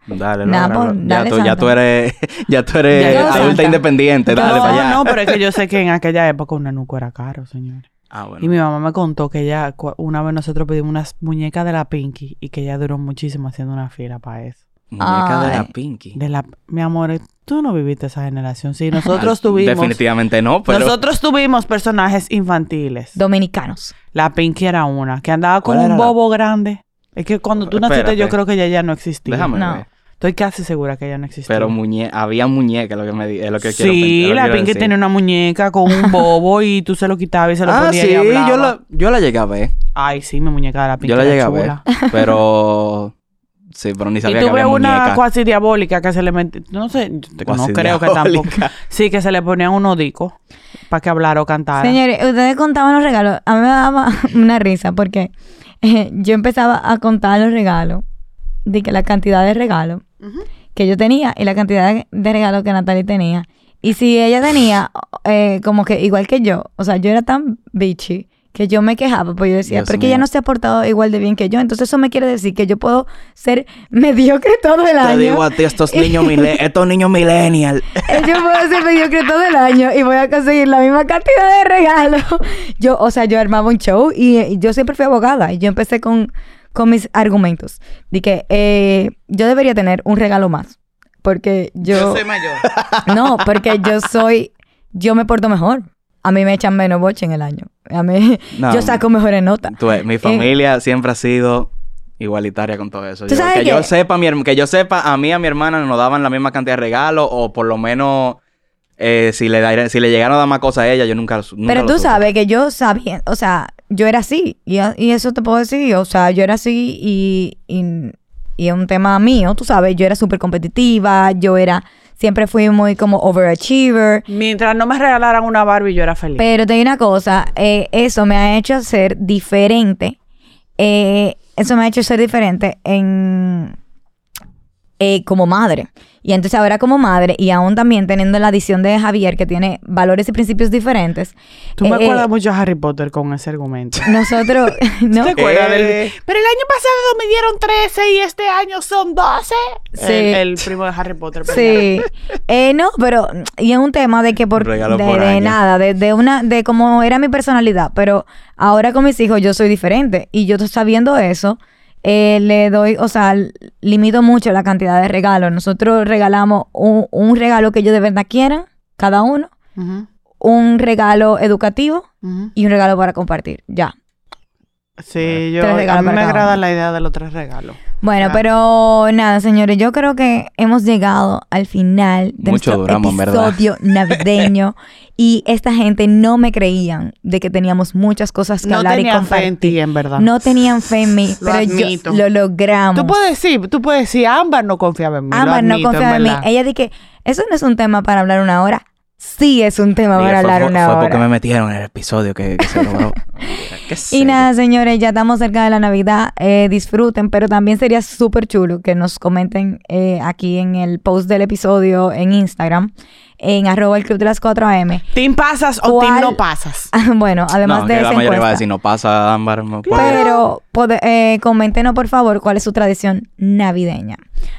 Speaker 3: Dale,
Speaker 1: Nah,
Speaker 3: Laura,
Speaker 1: pues,
Speaker 3: ya,
Speaker 1: dale,
Speaker 3: tú, ya
Speaker 1: Santa.
Speaker 3: tú eres, ya tú eres
Speaker 2: Ya yo,
Speaker 3: adulta
Speaker 1: Santa.
Speaker 3: independiente, dale
Speaker 2: no,
Speaker 3: para allá.
Speaker 2: no, pero es que yo sé que en aquella época un nenuco era caro, señores.
Speaker 3: Ah, bueno.
Speaker 2: Y mi mamá me contó que ella, cua- una vez nosotros pedimos unas muñecas de la Pinky y que ella duró muchísimo haciendo una fila para eso.
Speaker 3: Muñeca de la
Speaker 1: Ay.
Speaker 3: Pinky.
Speaker 2: De la, mi amor, tú no viviste esa generación. Sí, nosotros tuvimos.
Speaker 3: Ah, Definitivamente no, pero.
Speaker 2: Nosotros tuvimos personajes infantiles.
Speaker 1: dominicanos.
Speaker 2: La Pinky era una, que andaba con
Speaker 3: ¿Cuál
Speaker 2: un
Speaker 3: era la-
Speaker 2: bobo grande. Es que cuando tú naciste, yo
Speaker 3: Espérate.
Speaker 2: creo que ella ya no existía.
Speaker 3: Déjame
Speaker 1: No.
Speaker 3: ver.
Speaker 2: Estoy casi segura que ella no existía.
Speaker 3: Pero muñe había muñeca, lo que me di- es lo que quiero
Speaker 2: sí,
Speaker 3: pen- es lo que
Speaker 2: la
Speaker 3: quiero
Speaker 2: Pinky
Speaker 3: decir.
Speaker 2: tenía una muñeca con un bobo y tú se lo quitabas y se lo
Speaker 3: Ah,
Speaker 2: ponías
Speaker 3: sí,
Speaker 2: y hablaba.
Speaker 3: yo la, yo la llegué a ver.
Speaker 2: Ay, sí, mi muñeca de la Pinky
Speaker 3: Yo la
Speaker 2: era
Speaker 3: llegué a ver.
Speaker 2: chula.
Speaker 3: Pero. Sí, pero ni
Speaker 2: Y
Speaker 3: sabía que
Speaker 2: tuve
Speaker 3: había
Speaker 2: una
Speaker 3: muñeca.
Speaker 2: cuasi diabólica que se le metió, no sé, no
Speaker 3: Cuasi
Speaker 2: creo que tampoco.
Speaker 3: diabólica.
Speaker 2: Sí, que se le ponían unos dicos para que hablara o cantara.
Speaker 1: Señores, ustedes contaban los regalos. A mí me daba una risa porque eh, yo empezaba a contar los regalos, de que la cantidad de regalos que yo tenía y la cantidad de- de regalos que Natalie tenía. Y si ella tenía, eh, como que igual que yo, o sea, yo era tan bitchy que yo me quejaba, pues yo decía,
Speaker 3: Dios
Speaker 1: porque ella
Speaker 3: mío.
Speaker 1: no se ha portado igual de bien que yo, entonces eso me quiere decir que yo puedo ser mediocre todo el año.
Speaker 3: Te digo a ti, estos niños, mile- estos niños millennial.
Speaker 1: Eh, Yo puedo ser mediocre todo el año y voy a conseguir la misma cantidad de regalos. Yo, o sea, yo armaba un show y, eh, yo siempre fui abogada y yo empecé con, con mis argumentos. De que eh, yo debería tener un regalo más. Porque yo...
Speaker 3: mayor.
Speaker 1: No, porque yo soy... Yo me porto mejor. A mí me echan menos boche en el año. A mí...
Speaker 3: No.
Speaker 1: yo saco mejores notas. Eh,
Speaker 3: Tú
Speaker 2: Eh.
Speaker 3: ves, mi familia siempre ha sido igualitaria con todo eso.
Speaker 1: ¿Tú
Speaker 3: Yo-
Speaker 1: sabes
Speaker 3: que,
Speaker 1: qué?
Speaker 3: yo sepa, mi herma- que yo sepa, a mí y a mi hermana nos daban la misma cantidad de regalos o por lo menos eh, si, le daire- si le llegaron a dar más cosas a ella, yo nunca, nunca
Speaker 1: Pero
Speaker 3: lo
Speaker 1: tú
Speaker 3: supe.
Speaker 1: sabes que yo sabía, o sea, yo era así, y, y eso te puedo decir, o sea, yo era así y, y, y es un tema mío, tú sabes, yo era súper competitiva, yo era, siempre fui muy como overachiever,
Speaker 2: Mientras no me regalaran una Barbie, yo era feliz.
Speaker 1: pero te digo una cosa, eh, eso me ha hecho ser diferente, eh, eso me ha hecho ser diferente en... eh, como madre. Y entonces ahora como madre, y aún también teniendo la adición de Javier, que tiene valores y principios diferentes.
Speaker 2: Tú
Speaker 1: eh,
Speaker 2: me
Speaker 1: eh,
Speaker 2: acuerdas mucho a Harry Potter con ese argumento.
Speaker 1: Nosotros, ¿no?
Speaker 2: ¿Te acuerdas
Speaker 3: Eh.
Speaker 2: del- Pero el año pasado me dieron 13 y este año son 12.
Speaker 1: Sí.
Speaker 2: El, el primo de Harry Potter. perdón.
Speaker 1: Sí. Eh, no, pero y es un tema de que por,
Speaker 3: Un regalo
Speaker 1: de,
Speaker 3: por
Speaker 1: de
Speaker 3: año.
Speaker 1: nada, de, de una de cómo era mi personalidad, pero ahora con mis hijos yo soy diferente y yo sabiendo eso eh, le doy, o sea, l- limito mucho la cantidad de regalos. Nosotros regalamos un, un regalo que ellos de verdad quieran, cada uno,
Speaker 2: Ujú,
Speaker 1: un regalo educativo
Speaker 2: ujú.
Speaker 1: y un regalo para compartir. Ya.
Speaker 2: Sí, yo,
Speaker 1: Tres regalos
Speaker 2: a mí
Speaker 1: para
Speaker 2: me
Speaker 1: cada
Speaker 2: agrada
Speaker 1: uno.
Speaker 2: la idea de los tres regalos.
Speaker 1: Bueno,
Speaker 2: Ya.
Speaker 1: pero nada, señores, yo creo que hemos llegado al final de
Speaker 3: Mucho
Speaker 1: nuestro
Speaker 3: duramos, ¿verdad?
Speaker 1: episodio navideño y esta gente no me creían de que teníamos muchas cosas que
Speaker 2: No
Speaker 1: hablar y
Speaker 2: tenía fe en ti,
Speaker 1: compartir.
Speaker 2: en verdad.
Speaker 1: No tenían fe en mí,
Speaker 2: Lo
Speaker 1: pero
Speaker 2: admito.
Speaker 1: yo lo logramos.
Speaker 2: Tú puedes decir, tú puedes decir, Ámbar no confiaba en mí. lo
Speaker 1: Ámbar no
Speaker 2: admito,
Speaker 1: confiaba en mí.
Speaker 2: verdad.
Speaker 1: Ella dice que eso no es un tema para hablar una hora. Sí es un tema
Speaker 3: Dije,
Speaker 1: para
Speaker 3: fue,
Speaker 1: hablar
Speaker 3: fue-
Speaker 1: una
Speaker 3: fue
Speaker 1: hora.
Speaker 3: porque me metieron en el episodio que, que se logró. Qué sé
Speaker 1: Y
Speaker 3: yo.
Speaker 1: nada, señores, ya estamos cerca de la Navidad. eh, disfruten, pero también sería súper chulo que nos comenten eh, aquí en el post del episodio en Instagram, en arroba el club de las 4am.
Speaker 2: Team pasas o
Speaker 1: ¿Cuál-
Speaker 2: team no pasas.
Speaker 1: bueno, además
Speaker 3: no,
Speaker 1: de
Speaker 3: que la
Speaker 1: esa
Speaker 3: mayoría va a
Speaker 1: encuesta.
Speaker 3: decir, no pasa ámbar. no, por-
Speaker 1: Pero pode- eh, coméntenos, por favor, cuál es su tradición navideña.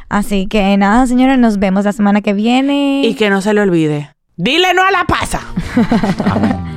Speaker 1: Así que nada, señores, nos vemos la semana que viene.
Speaker 2: Y que no se le olvide. Dile no a la pasa.
Speaker 3: Amén.